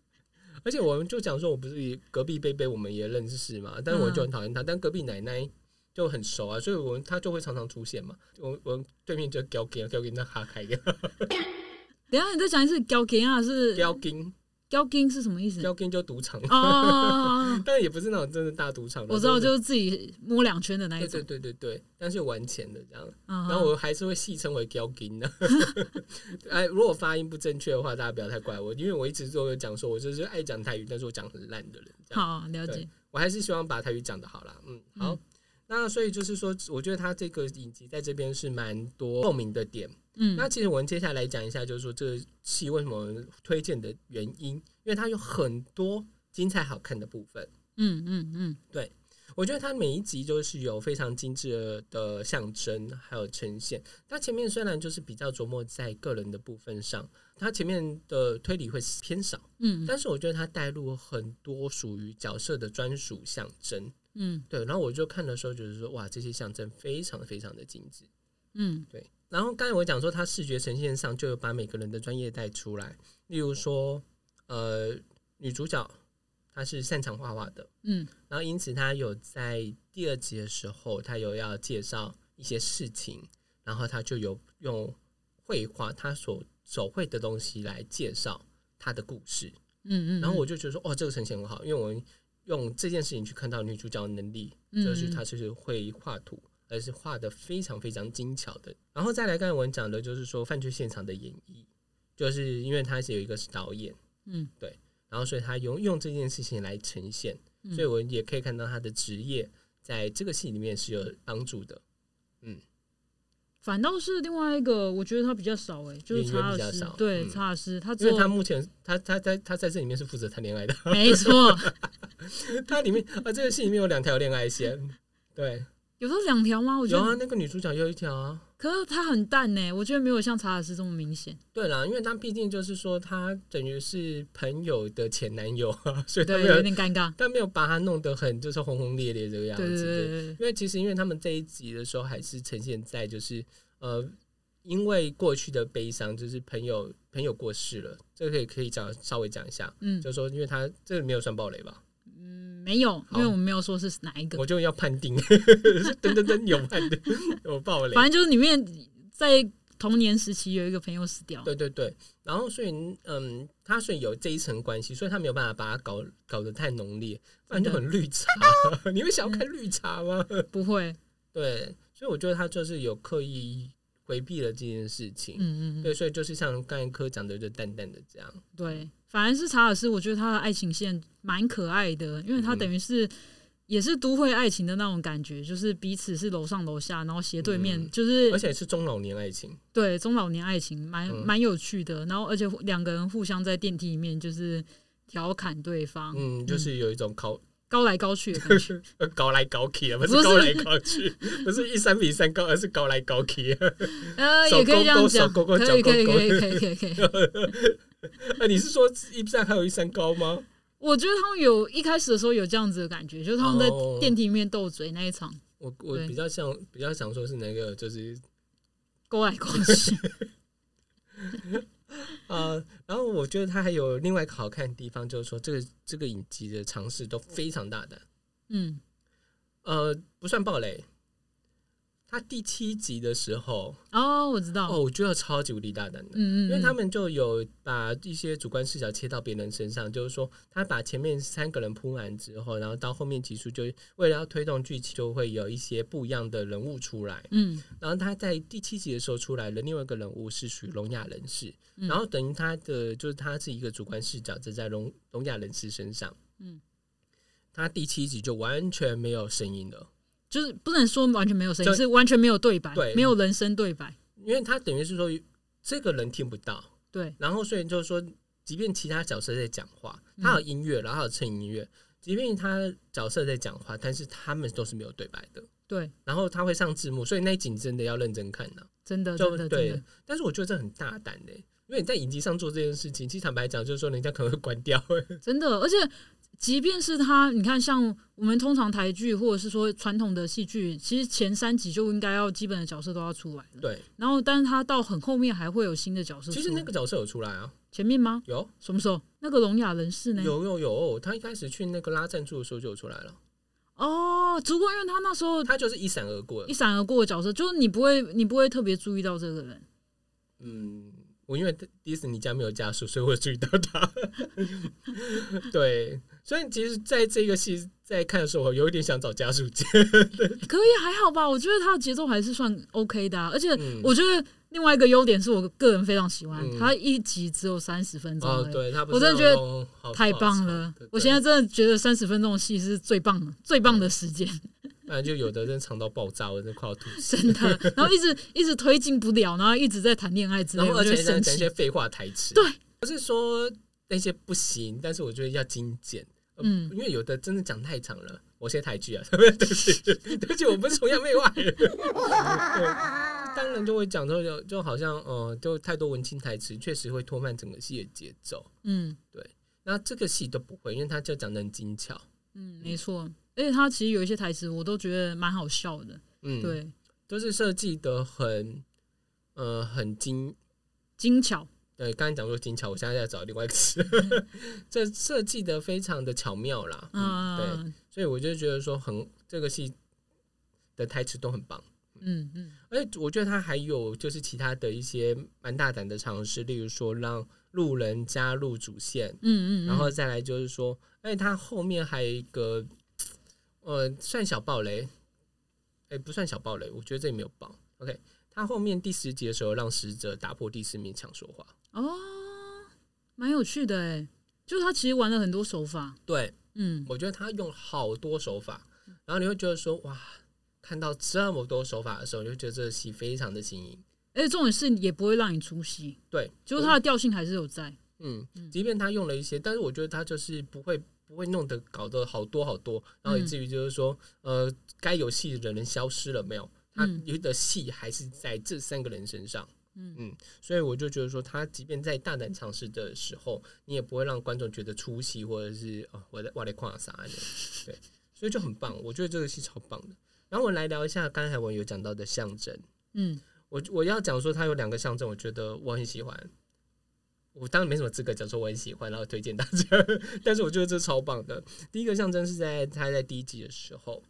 [SPEAKER 2] 而且我们就讲说，我不是隔壁贝贝，我们也认识嘛，但是我就
[SPEAKER 1] 嗯
[SPEAKER 2] 很讨厌他，但隔壁奶奶就很熟啊，所以我们他就会常常出现嘛。我我对面就交给交给那哈开的
[SPEAKER 1] 等一下你再讲一次，交金啊是
[SPEAKER 2] 交给
[SPEAKER 1] 交金是什么意思？
[SPEAKER 2] 交给就赌场，
[SPEAKER 1] 哦哦哦哦， 哦
[SPEAKER 2] 但也不是那种真的大赌场，啊
[SPEAKER 1] 我知道，
[SPEAKER 2] 是
[SPEAKER 1] 就是自己摸两圈的那一
[SPEAKER 2] 对
[SPEAKER 1] 种
[SPEAKER 2] 对。对对对，但是玩钱的这样，
[SPEAKER 1] 然
[SPEAKER 2] 然后我还是会戏称为交给呢。 哎，如果发音不正确的话，大家不要太怪我，因为我一直都有讲说，我就是爱讲台语，但是我讲很烂的人，这样。
[SPEAKER 1] 好了解
[SPEAKER 2] 对，我还是希望把台语讲的好啦。嗯，好，
[SPEAKER 1] 嗯
[SPEAKER 2] 那所以就是说，我觉得他这个影集在这边是蛮多共鸣的点。
[SPEAKER 1] 嗯
[SPEAKER 2] 那其实我们接下来讲一下，就是说这个戏为什么推荐的原因，因为它有很多精彩好看的部分。
[SPEAKER 1] 嗯嗯嗯，
[SPEAKER 2] 我觉得它每一集就是有非常精致的象征，还有呈现。它前面虽然就是比较琢磨在个人的部分上，它前面的推理会偏少，
[SPEAKER 1] 嗯
[SPEAKER 2] 但是我觉得它带入很多属于角色的专属象征。
[SPEAKER 1] 嗯
[SPEAKER 2] 对，然后我就看的时候就是说，哇，这些象征非常非常的精致。
[SPEAKER 1] 嗯
[SPEAKER 2] 对，然后刚才我讲说，它视觉呈现上就有把每个人的专业带出来，例如说，呃，女主角她是擅长画画的。
[SPEAKER 1] 嗯
[SPEAKER 2] 然后因此他有在第二集的时候，他有要介绍一些事情，然后他就有用绘画他所手绘的东西来介绍他的故事，
[SPEAKER 1] 嗯嗯，
[SPEAKER 2] 然后我就觉得说，哦，这个呈现很好，因为我们用这件事情去看到女主角的能力，
[SPEAKER 1] 嗯
[SPEAKER 2] 就是她就是会画图，而是画的非常非常精巧的。然后再来刚才我们讲的就是说犯罪现场的演绎，就是因为他是有一个是导演，
[SPEAKER 1] 嗯，
[SPEAKER 2] 对，然后所以他用用这件事情来呈现，
[SPEAKER 1] 嗯
[SPEAKER 2] 所以我也可以看到他的职业在这个戏里面是有帮助的，
[SPEAKER 1] 反倒是另外一个，我觉得他比较少哎、就是
[SPEAKER 2] 演员
[SPEAKER 1] 查尔
[SPEAKER 2] 比较
[SPEAKER 1] 斯
[SPEAKER 2] 少，
[SPEAKER 1] 对
[SPEAKER 2] 嗯
[SPEAKER 1] 查尔斯，他只
[SPEAKER 2] 因为
[SPEAKER 1] 有
[SPEAKER 2] 他目前他他在他在这里面是负责谈恋爱的，
[SPEAKER 1] 没 错，
[SPEAKER 2] 他里面啊这个戏里面有两条恋爱线，对，
[SPEAKER 1] 有到两条吗？我觉
[SPEAKER 2] 有啊，
[SPEAKER 1] 得，
[SPEAKER 2] 那个女主角有一条啊。
[SPEAKER 1] 可是他很淡呢、我觉得没有像查尔斯这么明显。
[SPEAKER 2] 对啦，因为他毕竟就是说，他等于是朋友的前男友啊，所以他
[SPEAKER 1] 对，
[SPEAKER 2] 没
[SPEAKER 1] 有
[SPEAKER 2] 有
[SPEAKER 1] 点尴尬。
[SPEAKER 2] 他没有把他弄得很就是轰轰烈烈这个样
[SPEAKER 1] 对对
[SPEAKER 2] 子。
[SPEAKER 1] 对
[SPEAKER 2] 对
[SPEAKER 1] 对对，
[SPEAKER 2] 因为其实因为他们这一集的时候还是呈现在就是呃，因为过去的悲伤，就是朋友朋友过世了，这个也可以讲稍微讲一下，
[SPEAKER 1] 嗯
[SPEAKER 2] 就是说因为他这个没有算暴雷吧，
[SPEAKER 1] 嗯，没有，因为我们没有说是哪一个，
[SPEAKER 2] 我就要判定， 噔噔噔有判定 有暴雷
[SPEAKER 1] 反。正就是里面在童年时期有一个朋友死掉。
[SPEAKER 2] 对对对，然后所以嗯，他所以有这一层关系，所以他没有办法把它搞搞得太浓烈，不然就很绿茶。 你会想要看绿茶吗？
[SPEAKER 1] 不会，
[SPEAKER 2] 对，所以我觉得他就是有刻意回避了这件事情。
[SPEAKER 1] 嗯嗯嗯，
[SPEAKER 2] 对，所以就是像刚才科讲的，就淡淡的这样。
[SPEAKER 1] 对，反而是查尔斯，我觉得他的爱情线蛮可爱的，因为他
[SPEAKER 2] 嗯
[SPEAKER 1] 等于是。也是都会爱情的那种感觉，就是彼此是楼上楼下，然后斜对面，
[SPEAKER 2] 嗯
[SPEAKER 1] 就是
[SPEAKER 2] 而且是中老年爱情，
[SPEAKER 1] 对中老年爱情蛮
[SPEAKER 2] 嗯
[SPEAKER 1] 蛮有趣的，然后而且两个人互相在电梯里面就是调侃对方，
[SPEAKER 2] 嗯，就是有一种搞
[SPEAKER 1] 高来高去的感 觉。
[SPEAKER 2] 搞来搞去啊，不
[SPEAKER 1] 嗯
[SPEAKER 2] 是
[SPEAKER 1] 不是
[SPEAKER 2] 搞来搞去，不是一三比三高，而是搞来搞去啊。
[SPEAKER 1] 呃，
[SPEAKER 2] 手
[SPEAKER 1] 也可以这样
[SPEAKER 2] 勾勾
[SPEAKER 1] 讲，
[SPEAKER 2] 手勾勾
[SPEAKER 1] 可以
[SPEAKER 2] 脚
[SPEAKER 1] 可以
[SPEAKER 2] 勾
[SPEAKER 1] 可以可以可以可以。
[SPEAKER 2] 呃你是说一三还有一三高吗？
[SPEAKER 1] 我觉得他们有一开始的时候有这样子的感觉，就是他们在
[SPEAKER 2] 哦
[SPEAKER 1] 电梯里面斗嘴那一场，
[SPEAKER 2] 我我
[SPEAKER 1] 对
[SPEAKER 2] 比较像比较想说是那个就是
[SPEAKER 1] 勾来勾去。
[SPEAKER 2] 呃，然后我觉得它还有另外一个好看的地方，就是说这个这个影集的尝试都非常大胆。
[SPEAKER 1] 嗯
[SPEAKER 2] 呃，不算暴雷。它第七集的时候，
[SPEAKER 1] 哦，我知道，
[SPEAKER 2] 哦，我觉得超级无敌大胆的，
[SPEAKER 1] 嗯嗯，
[SPEAKER 2] 因为他
[SPEAKER 1] 嗯
[SPEAKER 2] 们就有把一些主观视角切到别人身上，就是说他把前面三个人铺满之后，然后到后面集数就为了要推动剧情，就会有一些不一样的人物出来。
[SPEAKER 1] 嗯
[SPEAKER 2] 然后他在第七集的时候出来了，另外一个人物是属于聋哑人士，
[SPEAKER 1] 嗯
[SPEAKER 2] 然后等于他的就是他是一个主观视角，这在聋聋哑人士身上，
[SPEAKER 1] 嗯，
[SPEAKER 2] 他第七集就完全没有声音了，
[SPEAKER 1] 就是不能说完全没有声音，
[SPEAKER 2] 就是
[SPEAKER 1] 完全没有对白，
[SPEAKER 2] 对
[SPEAKER 1] 没有人声对白，
[SPEAKER 2] 因为他等于是说这个人听不到，
[SPEAKER 1] 对，
[SPEAKER 2] 然后所以就是说，即便其他角色在讲话，
[SPEAKER 1] 嗯
[SPEAKER 2] 他有音乐，然后还有衬音乐，即便他角色在讲话，但是他们都是没有对白的，
[SPEAKER 1] 对，
[SPEAKER 2] 然后他会上字幕，所以那一集真的要认真看呢、
[SPEAKER 1] 真的真
[SPEAKER 2] 就
[SPEAKER 1] 的真
[SPEAKER 2] 对
[SPEAKER 1] 的，。
[SPEAKER 2] 但是我觉得这很大胆的、因为你在影集上做这件事情，其实坦白讲，就是说人家可能会关掉、
[SPEAKER 1] 真的，而且即便是他，你看，像我们通常台剧或者是说传统的戏剧，其实前三集就应该要基本的角色都要出来了。
[SPEAKER 2] 对，
[SPEAKER 1] 然后，但是他到很后面还会有新的角色出
[SPEAKER 2] 其
[SPEAKER 1] 来。
[SPEAKER 2] 实那个角色有出来啊，
[SPEAKER 1] 前面吗？
[SPEAKER 2] 有
[SPEAKER 1] 什么时候？那个聋哑人士呢？
[SPEAKER 2] 有有有，他一开始去那个拉赞助的时候就有出来了，
[SPEAKER 1] 哦，只不过因为他那时候
[SPEAKER 2] 他就是一闪而过
[SPEAKER 1] 一。闪而过的角色，就是你不会，你不会特别注意到这个人。
[SPEAKER 2] 嗯，我因为迪士尼家没有家属，所以我有注意到他。 对，所以其实在这个戏在看的时候，我有一点想找家属见。
[SPEAKER 1] 可以还好吧，我觉得他的节奏还是算 OK 的、啊，而且
[SPEAKER 2] 嗯
[SPEAKER 1] 我觉得另外一个优点是我个人非常喜欢，
[SPEAKER 2] 嗯
[SPEAKER 1] 他一集只有三十分钟而
[SPEAKER 2] 哦
[SPEAKER 1] 已、，
[SPEAKER 2] 对他不是
[SPEAKER 1] 我真的觉得
[SPEAKER 2] 那种好
[SPEAKER 1] 太棒了！我现在，真的觉得三十分钟的戏是最棒的、最棒的时间，
[SPEAKER 2] 不然就有的人长到爆炸，我真的快要吐血。
[SPEAKER 1] 真的。 然后一直一直推进不了，然后一直在谈恋爱之
[SPEAKER 2] 然
[SPEAKER 1] 类，
[SPEAKER 2] 后
[SPEAKER 1] 我
[SPEAKER 2] 而
[SPEAKER 1] 就
[SPEAKER 2] 且
[SPEAKER 1] 会
[SPEAKER 2] 讲
[SPEAKER 1] 生
[SPEAKER 2] 讲一
[SPEAKER 1] 气
[SPEAKER 2] 些。废话台词，
[SPEAKER 1] 对，
[SPEAKER 2] 不是说那些不行，但是我觉得要精简。呃
[SPEAKER 1] 嗯，
[SPEAKER 2] 因为有的真的讲太长了，我写台剧啊， 对不起，对不起，我不是崇洋媚外。当然就会讲说，就就好像呃，就太多文青台词，确实会拖慢整个戏的节奏。
[SPEAKER 1] 嗯
[SPEAKER 2] 那这个戏都不会，因为他就讲的很精巧。
[SPEAKER 1] 嗯，没错。而且他其实有一些台词，我都觉得蛮好笑的。
[SPEAKER 2] 嗯，，
[SPEAKER 1] 对，
[SPEAKER 2] 都是设计的很呃很精
[SPEAKER 1] 精巧。
[SPEAKER 2] 对，刚才讲说精巧，我现在在找另外一个词，这设计的非常的巧妙啦。嗯，对，
[SPEAKER 1] 嗯
[SPEAKER 2] 所以我就觉得说很这个戏的台词都很棒，
[SPEAKER 1] 嗯嗯
[SPEAKER 2] 而且我觉得他还有就是其他的一些蛮大胆的尝试，例如说让路人加入主线，
[SPEAKER 1] 嗯嗯，
[SPEAKER 2] 然后再来就是说，哎，他后面还有一个呃算小暴雷，哎不算小暴雷，我觉得这里没有爆。OK，他后面第十集的时候让使者打破第四面墙说话，
[SPEAKER 1] 哦，蛮有趣的哎，就是他其实玩了很多手法。
[SPEAKER 2] 对。
[SPEAKER 1] 嗯
[SPEAKER 2] 我觉得他用好多手法，然后你会觉得说哇，看到这么多手法的时候，你就觉得这个戏非常的新颖。
[SPEAKER 1] 而且重点是也不会让你出戏，
[SPEAKER 2] 对，
[SPEAKER 1] 就是它的调性还是有在。
[SPEAKER 2] 嗯，即便他用了一些，但是我觉得他就是不会不会弄得搞得好多好多，然后以至于就是说，呃，该有戏的人消失了没有？他
[SPEAKER 1] 嗯
[SPEAKER 2] 有的戏还是在这三个人身上。
[SPEAKER 1] 嗯
[SPEAKER 2] 所以我就觉得说，他即便在大胆尝试的时候，你也不会让观众觉得出戏，或者是哦，我在我在跨啥的，对，所以就很棒。我觉得这个戏超棒的。然后我来聊一下刚才我有讲到的象征，
[SPEAKER 1] 嗯
[SPEAKER 2] 我我要讲说它有两个象征，我觉得我很喜欢。我当然没什么资格讲说我很喜欢，然后推荐大家， 但是我觉得这超棒的。第一个象征是在他在第一集的时候，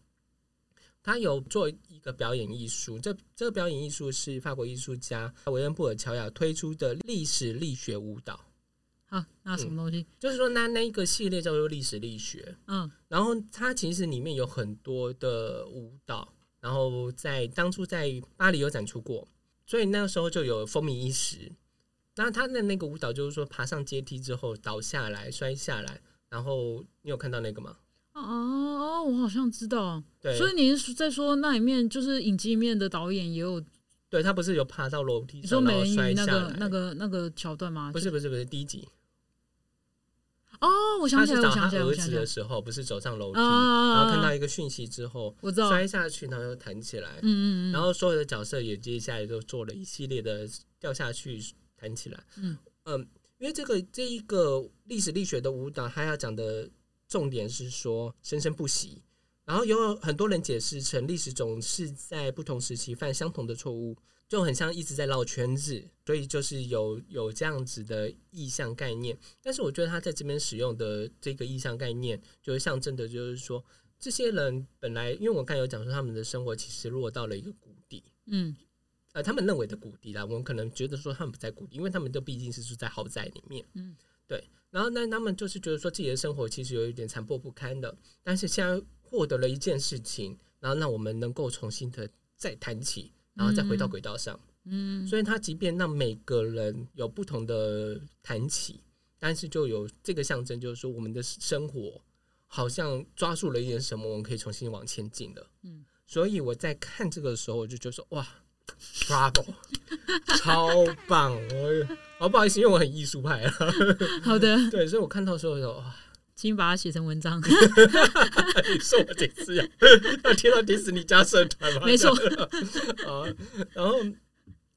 [SPEAKER 2] 他有做一个表演艺术，这这个表演艺术是法国艺术家维恩布尔乔亚推出的历史力学舞蹈，
[SPEAKER 1] 好，那什么东西？
[SPEAKER 2] 就是说那那一个系列叫做历史力学，
[SPEAKER 1] 嗯
[SPEAKER 2] 然后它其实里面有很多的舞蹈，然后在当初在巴黎有展出过，所以那个时候就有风靡一时。那他的那个舞蹈就是说，爬上阶梯之后倒下来、摔下来，然后你有看到那个吗？
[SPEAKER 1] 哦哦，我好像知道。
[SPEAKER 2] 对，
[SPEAKER 1] 所以你是在说那里面就是影集里面的导演也有
[SPEAKER 2] 对他不是有爬到楼梯
[SPEAKER 1] 你说
[SPEAKER 2] 上
[SPEAKER 1] 美
[SPEAKER 2] 然后
[SPEAKER 1] 人
[SPEAKER 2] 摔
[SPEAKER 1] 鱼
[SPEAKER 2] 下
[SPEAKER 1] 那
[SPEAKER 2] 来
[SPEAKER 1] 个？那个那个桥段吗？
[SPEAKER 2] 不是不是不是第一集，
[SPEAKER 1] 哦，我
[SPEAKER 2] 他
[SPEAKER 1] 想起
[SPEAKER 2] 是
[SPEAKER 1] 来，
[SPEAKER 2] 找
[SPEAKER 1] 我
[SPEAKER 2] 他
[SPEAKER 1] 想起来，
[SPEAKER 2] 儿
[SPEAKER 1] 我想
[SPEAKER 2] 子
[SPEAKER 1] 起来
[SPEAKER 2] 的，时候，不是走上楼梯，
[SPEAKER 1] 啊啊啊啊
[SPEAKER 2] 然后看到一个讯息之后
[SPEAKER 1] 我知道。
[SPEAKER 2] 摔下去，然后又弹起来，
[SPEAKER 1] 嗯嗯嗯，
[SPEAKER 2] 然后所有的角色也接下来都做了一系列的掉下去、弹起来。
[SPEAKER 1] 嗯
[SPEAKER 2] 嗯因为这个这一个历史力学的舞蹈，它要讲的重点是说生生不息。然后有很多人解释成历史总是在不同时期犯相同的错误，就很像一直在绕圈子，所以就是有有这样子的意象概念。但是我觉得他在这边使用的这个意象概念，就是象征的，就是说这些人本来，因为我刚才有讲说，他们的生活其实落到了一个谷底，
[SPEAKER 1] 嗯
[SPEAKER 2] 呃，他们认为的谷底啦。我们可能觉得说他们不在谷底，因为他们都毕竟是住在豪宅里面。
[SPEAKER 1] 嗯，
[SPEAKER 2] 对。然后那他们就是觉得说自己的生活其实有一点残破不堪的，但是现在获得了一件事情，然后让我们能够重新的再弹起，然后再回到轨道上。
[SPEAKER 1] 嗯，
[SPEAKER 2] 所以他即便让每个人有不同的弹起，但是就有这个象征，就是说我们的生活好像抓住了一点什么，我们可以重新往前进的。
[SPEAKER 1] 嗯
[SPEAKER 2] 嗯，所以我在看这个的时候，我就觉得说哇，bravo，超棒！我哦不好意思，因为我很艺术派啊，
[SPEAKER 1] 好的，
[SPEAKER 2] 对，所以我看到的时候我就哦哇，
[SPEAKER 1] 请把它写成文章。
[SPEAKER 2] 你说我几次呀？ 要贴到迪士尼家社团吗？
[SPEAKER 1] 没错。
[SPEAKER 2] 啊，然后，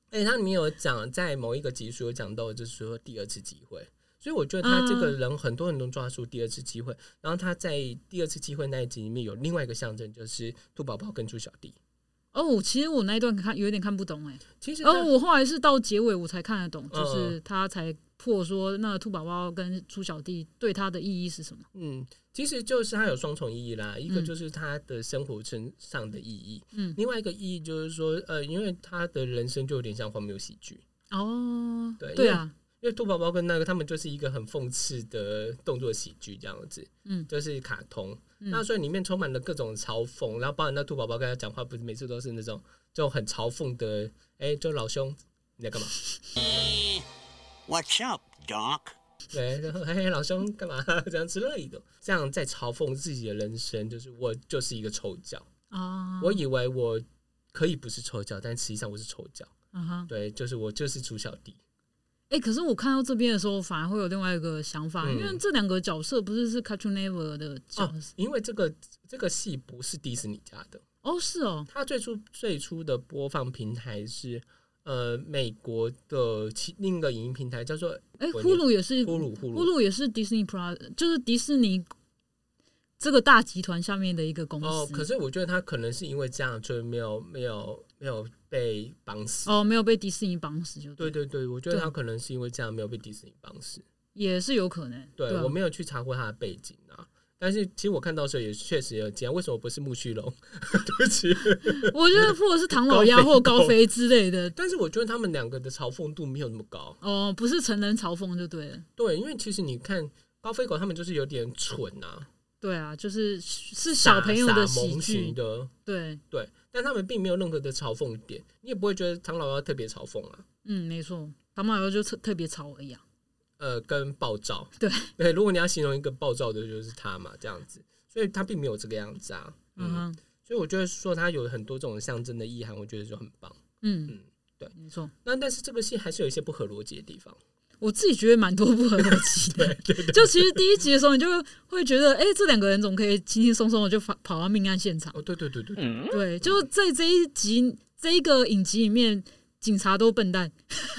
[SPEAKER 2] 哎、它里面有讲，在某一个集数有讲到，就是说第二次机会。所以我觉得他这个人很多人都抓住第二次机会，然后他在第二次机会那一集里面有另外一个象征，就是兔宝宝跟猪小弟。
[SPEAKER 1] 哦，其实我那一段看有点看不懂哎，
[SPEAKER 2] 其实他
[SPEAKER 1] 哦，我后来是到结尾我才看得懂，就
[SPEAKER 2] 嗯
[SPEAKER 1] 是他才破说那个兔宝宝跟猪小弟对他的意义是什么。
[SPEAKER 2] 嗯，其实就是它有双重意义啦，一个
[SPEAKER 1] 嗯
[SPEAKER 2] 就是他的生活身上的意义，
[SPEAKER 1] 嗯
[SPEAKER 2] 另外一个意义就是说，呃，因为他的人生就有点像荒谬喜剧，
[SPEAKER 1] 哦，
[SPEAKER 2] 对
[SPEAKER 1] 对啊，
[SPEAKER 2] 因为兔宝宝跟那个他们就是一个很讽刺的动作喜剧这样子，
[SPEAKER 1] 嗯
[SPEAKER 2] 就是卡通。
[SPEAKER 1] 嗯
[SPEAKER 2] 那所以里面充满了各种嘲讽，然后包含那兔宝宝跟他讲话，不是每次都是那种就很嘲讽的，哎、就老兄你在干嘛？
[SPEAKER 3] What's up, Doc?
[SPEAKER 2] 对，然后嘿嘿，老兄干嘛 这样之类的，这样在嘲讽自己的人生，就是我就是一个丑角，
[SPEAKER 1] 啊，
[SPEAKER 2] 我以为我可以不是丑角，但实际上我是丑角，
[SPEAKER 1] 啊哈，
[SPEAKER 2] 对，就是我就是猪小弟。
[SPEAKER 1] 哎、可是我看到这边的时候，反而会有另外一个想法，
[SPEAKER 2] 嗯哦
[SPEAKER 1] 因为这两个角色不是是 Cartoon Network 的角色
[SPEAKER 2] 因为这个这个戏不是迪士尼家的，
[SPEAKER 1] 哦是哦，
[SPEAKER 2] 它最初最初的播放平台是呃美国的其另一个影音平台叫做
[SPEAKER 1] 哎、
[SPEAKER 2] 我
[SPEAKER 1] 呼噜也是
[SPEAKER 2] 呼噜哦呼
[SPEAKER 1] 呼
[SPEAKER 2] 噜。
[SPEAKER 1] 噜也是 Disney Plus，就是迪士尼这个大集团下面的一个公司。
[SPEAKER 2] 哦，可是我觉得它可能是因为这样，就没有没有没有被绑死。
[SPEAKER 1] 哦没有被迪士尼绑死就
[SPEAKER 2] 对
[SPEAKER 1] 对，
[SPEAKER 2] 对对，我觉得
[SPEAKER 1] 对
[SPEAKER 2] 它可能是因为这样没有被迪士尼绑死。
[SPEAKER 1] 也是有可能。
[SPEAKER 2] 对
[SPEAKER 1] 啊
[SPEAKER 2] 我没有去查过他的背景啊，但是其实我看到的时候也确实有这样，为什么不是木须龙？ 对不起，
[SPEAKER 1] 我觉得或者是唐老鸭或高飞之类的，
[SPEAKER 2] 但是我觉得他们两个的嘲讽度没有那么高。
[SPEAKER 1] 哦，不是成人嘲讽就对了。
[SPEAKER 2] 对，因为其实你看高飞狗他们就是有点蠢啊，
[SPEAKER 1] 对啊，就是是小朋友
[SPEAKER 2] 傻
[SPEAKER 1] 的
[SPEAKER 2] 傻
[SPEAKER 1] 喜
[SPEAKER 2] 萌型
[SPEAKER 1] 剧，
[SPEAKER 2] 的，
[SPEAKER 1] 对，
[SPEAKER 2] 对，但他们并没有任何的嘲讽点，你也不会觉得唐老鸭特别嘲讽啊。
[SPEAKER 1] 嗯，没错，唐老鸭就特特别吵而已啊。
[SPEAKER 2] 呃，跟暴躁，
[SPEAKER 1] 对
[SPEAKER 2] 对，如果你要形容一个暴躁的，就是他嘛，这样子，所以他并没有这个样子啊，
[SPEAKER 1] 嗯
[SPEAKER 2] 嗯，
[SPEAKER 1] 哼，
[SPEAKER 2] 所以我觉得说他有很多这种象征的意涵，我觉得就很棒。
[SPEAKER 1] 嗯
[SPEAKER 2] 嗯，对
[SPEAKER 1] 没错，
[SPEAKER 2] 那但是这个戏还是有一些不合逻辑的地方。
[SPEAKER 1] 我自己觉得蛮多不合逻辑的。 就其实第一集的时候，你就会觉得，哎、这两个人怎么可以轻轻松松的就跑跑到命案现场？
[SPEAKER 2] 哦，对对对对，
[SPEAKER 1] 对，就在这一集这一个影集里面，警察都笨蛋。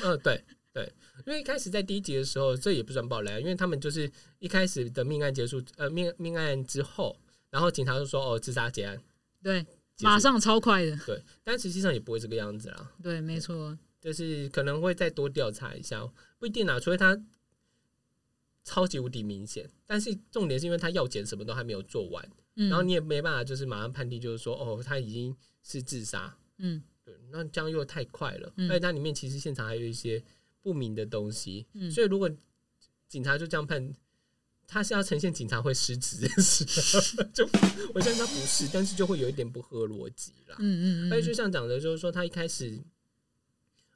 [SPEAKER 2] 嗯、对对，因为一开始在第一集的时候，这也不算爆雷啊，因为他们就是一开始的命案结束，呃，命命案之后，然后警察就说哦，自杀结案，
[SPEAKER 1] 对，
[SPEAKER 2] 结束
[SPEAKER 1] 马上超快的。
[SPEAKER 2] 对，但实际上也不会这个样子啦，
[SPEAKER 1] 对，没错。
[SPEAKER 2] 就是可能会再多调查一下，哦不一定啦，除非他超级无敌明显，但是重点是因为他要检什么都还没有做完，
[SPEAKER 1] 嗯，
[SPEAKER 2] 然后你也没办法就是马上判定，就是说哦，他已经是自杀，
[SPEAKER 1] 嗯
[SPEAKER 2] 对，那这样又太快了，
[SPEAKER 1] 嗯
[SPEAKER 2] 而且它里面其实现场还有一些不明的东西，
[SPEAKER 1] 嗯
[SPEAKER 2] 所以如果警察就这样判，他是要呈现警察会失职这件事， 就我相信他不是，但是就会有一点不合逻辑啦。
[SPEAKER 1] 嗯嗯
[SPEAKER 2] 而且就
[SPEAKER 1] 嗯，
[SPEAKER 2] 像讲的，就是说他一开始。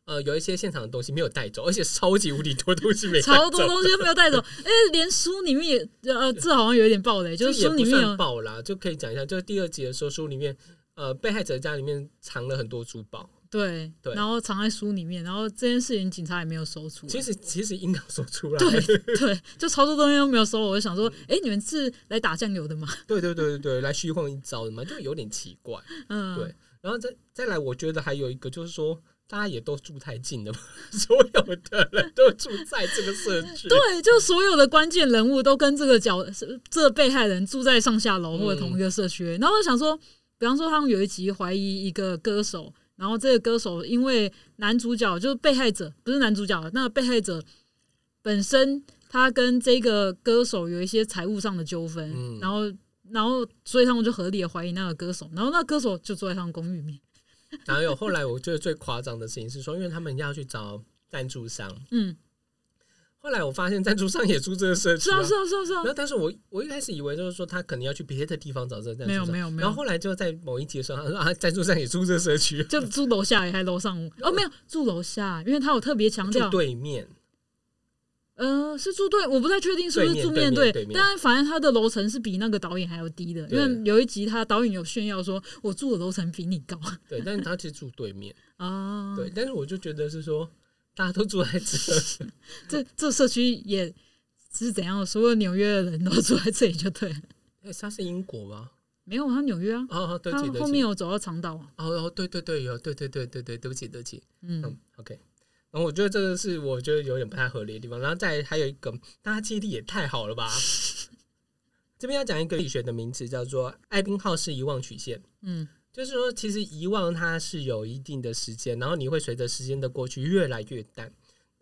[SPEAKER 2] 呃，有一些现场的东西没有带走，而且超级无敌多东西没带走，
[SPEAKER 1] 超多东西都没有带走。哎、连书里面也呃，这好像有点暴雷，就
[SPEAKER 2] 这
[SPEAKER 1] 是
[SPEAKER 2] 也
[SPEAKER 1] 书
[SPEAKER 2] 不
[SPEAKER 1] 里面
[SPEAKER 2] 算
[SPEAKER 1] 有
[SPEAKER 2] 爆啦，就可以讲一下，就是第二集的时候，书里面呃被害者家里面藏了很多珠宝，
[SPEAKER 1] 对，
[SPEAKER 2] 对
[SPEAKER 1] 然后藏在书里面，然后这件事情警察也没有搜出来。
[SPEAKER 2] 其实其实应该说出来，
[SPEAKER 1] 对对，就超多东西都没有搜，我就想说，哎、你们是来打酱油的吗？
[SPEAKER 2] 对对对对对，来虚晃一招的嘛，就有点奇怪。
[SPEAKER 1] 嗯，
[SPEAKER 2] 对然后再再来，我觉得还有一个就是说，大家也都住太近了吧， 所有的人都住在这个社区。
[SPEAKER 1] 对，就所有的关键人物都跟这个角这被害人住在上下楼或者同一个社区、然后我想说，比方说他们有一集怀疑一个歌手，然后这个歌手因为男主角就是被害者，不是男主角，那个被害者本身他跟这个歌手有一些财务上的纠纷、
[SPEAKER 2] 嗯
[SPEAKER 1] 然后然后所以他们就合理的怀疑那个歌手，然后那个歌手就住在他们公寓里面，
[SPEAKER 2] 然后有后来，我觉得最夸张的事情是说，因为他们要去找赞助商，
[SPEAKER 1] 嗯，
[SPEAKER 2] 后来我发现赞助商也住这个社区、
[SPEAKER 1] 是啊是啊是啊是啊
[SPEAKER 2] 然，后，但是我我一开始以为就是说他可能要去别的地方找这个赞助
[SPEAKER 1] 没
[SPEAKER 2] 商，
[SPEAKER 1] 有没有没有
[SPEAKER 2] 然后后来就在某一集的时候，他说啊，赞助商也住这个 社区，
[SPEAKER 1] 就住楼下还楼上哦，没有住楼下，因为他有特别强
[SPEAKER 2] 住
[SPEAKER 1] 调，
[SPEAKER 2] 对面。
[SPEAKER 1] 呃，是住对，我不太确定是不是住面
[SPEAKER 2] 对面对面对面
[SPEAKER 1] 但反正他的楼层是比那个导演还要低的，因
[SPEAKER 2] 对
[SPEAKER 1] 为有一集他导演有炫耀说，我住的楼层比你高
[SPEAKER 2] 对，但是他其实住对面。
[SPEAKER 1] 啊，
[SPEAKER 2] 对，，但是我就觉得是说，大家都住在 这，
[SPEAKER 1] 这这社区也是怎样，所有纽约的人都住在这里就对了，
[SPEAKER 2] 哎、他是英国吗？
[SPEAKER 1] 没有他纽约啊，
[SPEAKER 2] 哦，哦对
[SPEAKER 1] 他
[SPEAKER 2] 不起，对
[SPEAKER 1] 后
[SPEAKER 2] 不
[SPEAKER 1] 面
[SPEAKER 2] 起，
[SPEAKER 1] 有走到长岛啊，
[SPEAKER 2] 哦哦，对对对，有，对对对对对，对不起，对不起，
[SPEAKER 1] 嗯
[SPEAKER 2] 嗯，OK。然后我觉得这个是我觉得有点不太合理的地方，然后再还有一个，大家记忆力也太好了吧？这边要讲一个力学的名词，叫做艾宾浩氏遗忘曲线。
[SPEAKER 1] 嗯
[SPEAKER 2] 就是说，其实遗忘它是有一定的时间，然后你会随着时间的过去越来越淡。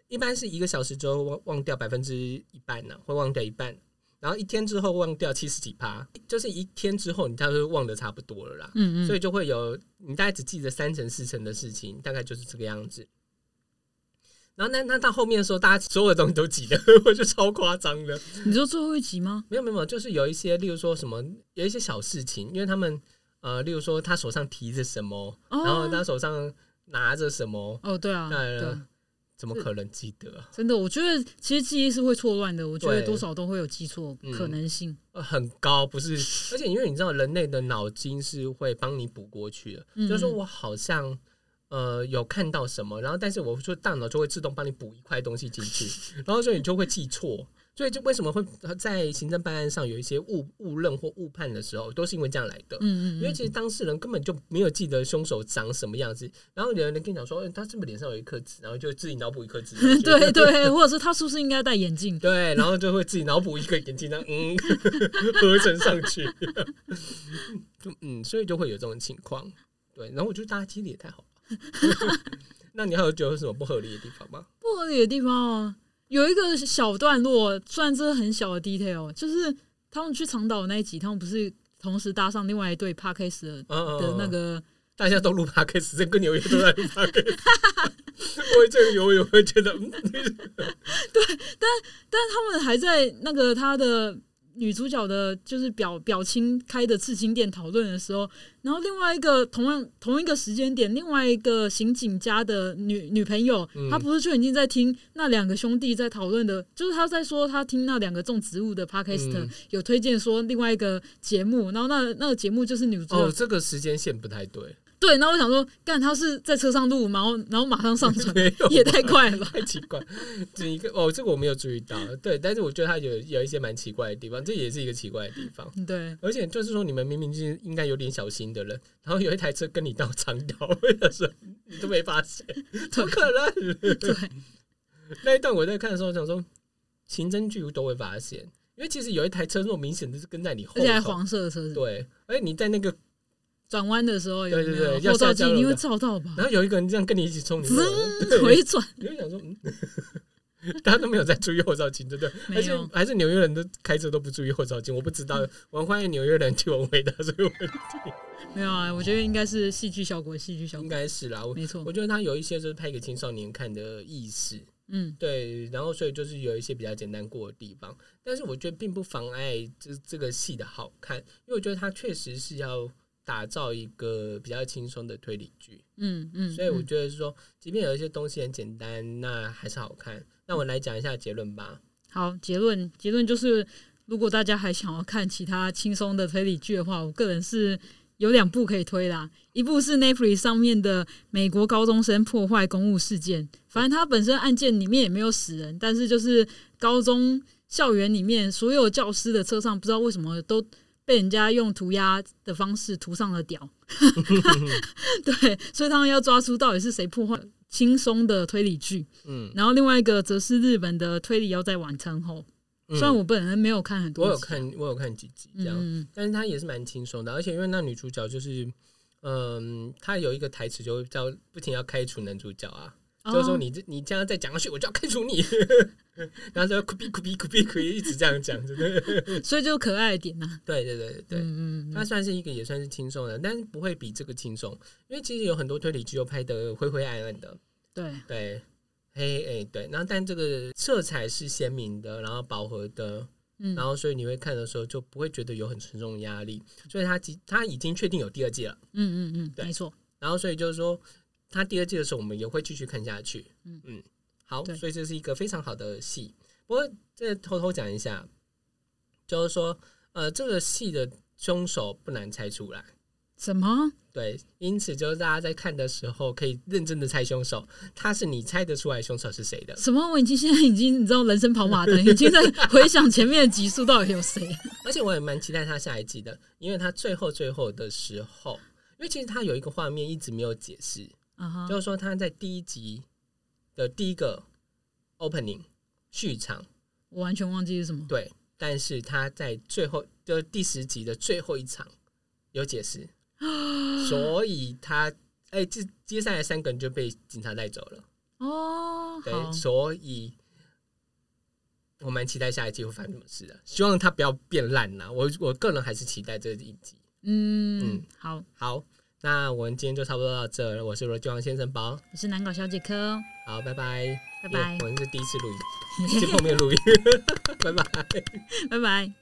[SPEAKER 2] 一般是一个小时之后忘忘掉百分之一半呢、会忘掉一半，然后一天之后忘掉七十几趴，就是一天之后你大概会忘得差不多了啦。
[SPEAKER 1] 嗯
[SPEAKER 2] 所
[SPEAKER 1] 嗯，
[SPEAKER 2] 以就会有你大概只记得三成四成的事情，大概就是这个样子。然后那那到后面的时候，大家所有东西都记得， 我就超夸张的。
[SPEAKER 1] 你说最后一集吗？
[SPEAKER 2] 没有没有，没有，就是有一些，例如说什么，有一些小事情，因为他们呃，例如说他手上提着什么，然后
[SPEAKER 1] 哦
[SPEAKER 2] 他手上拿着什么，
[SPEAKER 1] 哦，对啊，
[SPEAKER 2] 当然
[SPEAKER 1] 对
[SPEAKER 2] 了
[SPEAKER 1] 啊。
[SPEAKER 2] 怎么可能记得啊？
[SPEAKER 1] 真的，我觉得其实记忆是会错乱的，我觉得
[SPEAKER 2] 对
[SPEAKER 1] 多少都会有记错
[SPEAKER 2] 嗯
[SPEAKER 1] 可能性。
[SPEAKER 2] 呃很高，不是？而且因为你知道，人类的脑筋是会帮你补过去的，
[SPEAKER 1] 嗯
[SPEAKER 2] 就是说我好像呃有看到什么，然后但是我说大脑就会自动帮你补一块东西 进去，然后所以你就会记错。所以就为什么会呃在行政办案上有一些误误认或误判的时候，都是因为这样来的。
[SPEAKER 1] 嗯
[SPEAKER 2] 因为其实当事人根本就没有记得凶手长什么样子，然后有人跟你讲说，哎他是不是脸上有一颗痣，然后就自己脑补一颗 痣，然后
[SPEAKER 1] 对
[SPEAKER 2] 就
[SPEAKER 1] 对，或者是他是不是应该戴眼镜？
[SPEAKER 2] 对，然后就会自己脑补一个眼睛，这样嗯 合成上去， 就嗯，所以就会有这种情况。对，然后我觉得大家记忆力也太好了。 那你还有觉得有什么不合理的地方吗？
[SPEAKER 1] 不合理的地方哦，有一个小段落，虽然这是很小的 detail，就是他们去长岛那一集，他们不是同时搭上另外一对 p a r k a s 的
[SPEAKER 2] 嗯嗯，
[SPEAKER 1] 的
[SPEAKER 2] 嗯
[SPEAKER 1] 那个，
[SPEAKER 2] 大家都录 p o d c a s 跟纽约都在录 p o d c a s 我这个有有会觉得，嗯
[SPEAKER 1] 但是他们还在那个他的女主角的，就是表表亲开的刺青店讨论的时候，然后另外一个同样同一个时间点，另外一个刑警家的女女朋友
[SPEAKER 2] 嗯，
[SPEAKER 1] 她不是就已经在听那两个兄弟在讨论的，就是她在说她听那两个种植物的 podcast、
[SPEAKER 2] 嗯
[SPEAKER 1] 有推荐说另外一个节目，然后那那个节目就是女主角、
[SPEAKER 2] 哦，这个时间线不太对，
[SPEAKER 1] 对，然后我想说，干他是在车上录，然后然后马上上 传，
[SPEAKER 2] 没有
[SPEAKER 1] 也太快了吧？
[SPEAKER 2] 太奇怪，这一个哦，这个我没有注意到，对，但是我觉得它有有一些蛮奇怪的地方，这也是一个奇怪的地方。
[SPEAKER 1] 对，
[SPEAKER 2] 而且就是说，你们明明就是应该有点小心的人，然后有一台车跟你到长岛，为了说你都没发现，怎么可能？
[SPEAKER 1] 对，
[SPEAKER 2] 那一段我在看的时候，想说刑侦剧都会发现，因为其实有一台车若明显的是跟在你后
[SPEAKER 1] 而且还
[SPEAKER 2] 头，
[SPEAKER 1] 黄色的车子，
[SPEAKER 2] 对，而且你在那个，
[SPEAKER 1] 转弯的时候有
[SPEAKER 2] 对对
[SPEAKER 1] 没有
[SPEAKER 2] 对要
[SPEAKER 1] 后照
[SPEAKER 2] 下
[SPEAKER 1] 镜
[SPEAKER 2] 交流
[SPEAKER 1] 一定会
[SPEAKER 2] 的
[SPEAKER 1] 照到吧？
[SPEAKER 2] 然后有一个人这样跟你一起冲，你会
[SPEAKER 1] 滋
[SPEAKER 2] 对
[SPEAKER 1] 回转，
[SPEAKER 2] 你就想说，嗯，大家都没有在注意后照镜，对不对？
[SPEAKER 1] 没
[SPEAKER 2] 还是
[SPEAKER 1] 有
[SPEAKER 2] 还是纽约人都开车都不注意后照镜，我不知道。我欢迎纽约人替我回答这个问题，
[SPEAKER 1] 没有啊？我觉得应该是戏剧效果，戏剧效
[SPEAKER 2] 应
[SPEAKER 1] 果，
[SPEAKER 2] 该是啦。我
[SPEAKER 1] 没错
[SPEAKER 2] 我，觉得他有一些就是拍给青少年看的意识，
[SPEAKER 1] 嗯，
[SPEAKER 2] 对，然后所以就是有一些比较简单过的地方，但是我觉得并不妨碍这这个戏的好看，因为我觉得它确实是要打造一个比较轻松的推理剧。
[SPEAKER 1] 嗯嗯，
[SPEAKER 2] 所以我
[SPEAKER 1] 嗯
[SPEAKER 2] 觉得是说，即便有一些东西很简单，那还是好看。那我来讲一下结论吧。
[SPEAKER 1] 好，结论结论就是，如果大家还想要看其他轻松的推理剧的话，我个人是有两部可以推啦，一部是 Netflix 上面的《美国高中生破坏公务事件》，反正它本身案件里面也没有死人，但是就是高中校园里面所有教师的车上，不知道为什么都。被人家用涂鸦的方式涂上了屌， 对，所以他们要抓出到底是谁破坏，轻松的推理剧。
[SPEAKER 2] 嗯，
[SPEAKER 1] 然后另外一个则是日本的推理要在晚餐后，
[SPEAKER 2] 嗯
[SPEAKER 1] 虽然我本人没有看很多
[SPEAKER 2] 我
[SPEAKER 1] 集，
[SPEAKER 2] 有看，我有看几集这样，
[SPEAKER 1] 嗯，嗯
[SPEAKER 2] 但是它也是蛮轻松的，而且因为那女主角就是，嗯，她有一个台词就叫不停要开除男主角啊，
[SPEAKER 1] 嗯
[SPEAKER 2] 就是说
[SPEAKER 1] 哦
[SPEAKER 2] 你这你这样再讲下去，我就要开除你。然后就哭逼哭逼哭逼哭，一直这样讲，真的。
[SPEAKER 1] 哦所以就可爱一点呐、
[SPEAKER 2] 对对对对，
[SPEAKER 1] 嗯嗯
[SPEAKER 2] 它
[SPEAKER 1] 嗯，
[SPEAKER 2] 算是一个也算是轻松的，但不会比这个轻松，因为其实有很多推理剧又拍的灰灰暗暗的，
[SPEAKER 1] 对，
[SPEAKER 2] 对，嘿，哎，对，然后但这个色彩是鲜明的，然后饱和的，
[SPEAKER 1] 嗯
[SPEAKER 2] 然后所以你会看的时候就不会觉得有很沉重的压力，所以它即它已经确定有第二季了，
[SPEAKER 1] 嗯嗯嗯，
[SPEAKER 2] 对
[SPEAKER 1] 没错，
[SPEAKER 2] 然后所以就是说它第二季的时候我们也会继续看下去，嗯
[SPEAKER 1] 嗯
[SPEAKER 2] 好，
[SPEAKER 1] 对
[SPEAKER 2] 所以这是一个非常好的戏，不过这偷偷讲一下，就是说呃这个戏的凶手不难猜出来。
[SPEAKER 1] 什么？
[SPEAKER 2] 对，因此就是大家在看的时候可以认真的猜凶手，他是你猜得出来凶手是谁的。
[SPEAKER 1] 什么？我已经现在已经你知道人生跑马灯，已经在回想前面的集数到底有 谁？
[SPEAKER 2] 而且我也蛮期待他下一季的，因为他最后最后的时候，因为其实他有一个画面一直没有解释，
[SPEAKER 1] 啊哈
[SPEAKER 2] 就，是说他在第一集的第一个 opening 序场，
[SPEAKER 1] 我完全忘记是什么。
[SPEAKER 2] 对，但是他在最后就是第十集的最后一场有解 释，所以他哎，这、接下来三个人就被警察带走了。
[SPEAKER 1] 哦，好
[SPEAKER 2] 对，，所以我蛮期待下一季会发生什么事的，希望它不要变烂啦。我我个人还是期待这一集。嗯
[SPEAKER 1] 嗯，好，
[SPEAKER 2] 好，那我们今天就差不多到这了。我是罗继王先生宝，
[SPEAKER 1] 我是难搞小姐科哦，
[SPEAKER 2] 好，拜拜，
[SPEAKER 1] 拜拜
[SPEAKER 2] 耶我们是第一次录音，是后面录音，拜拜。
[SPEAKER 1] 拜拜。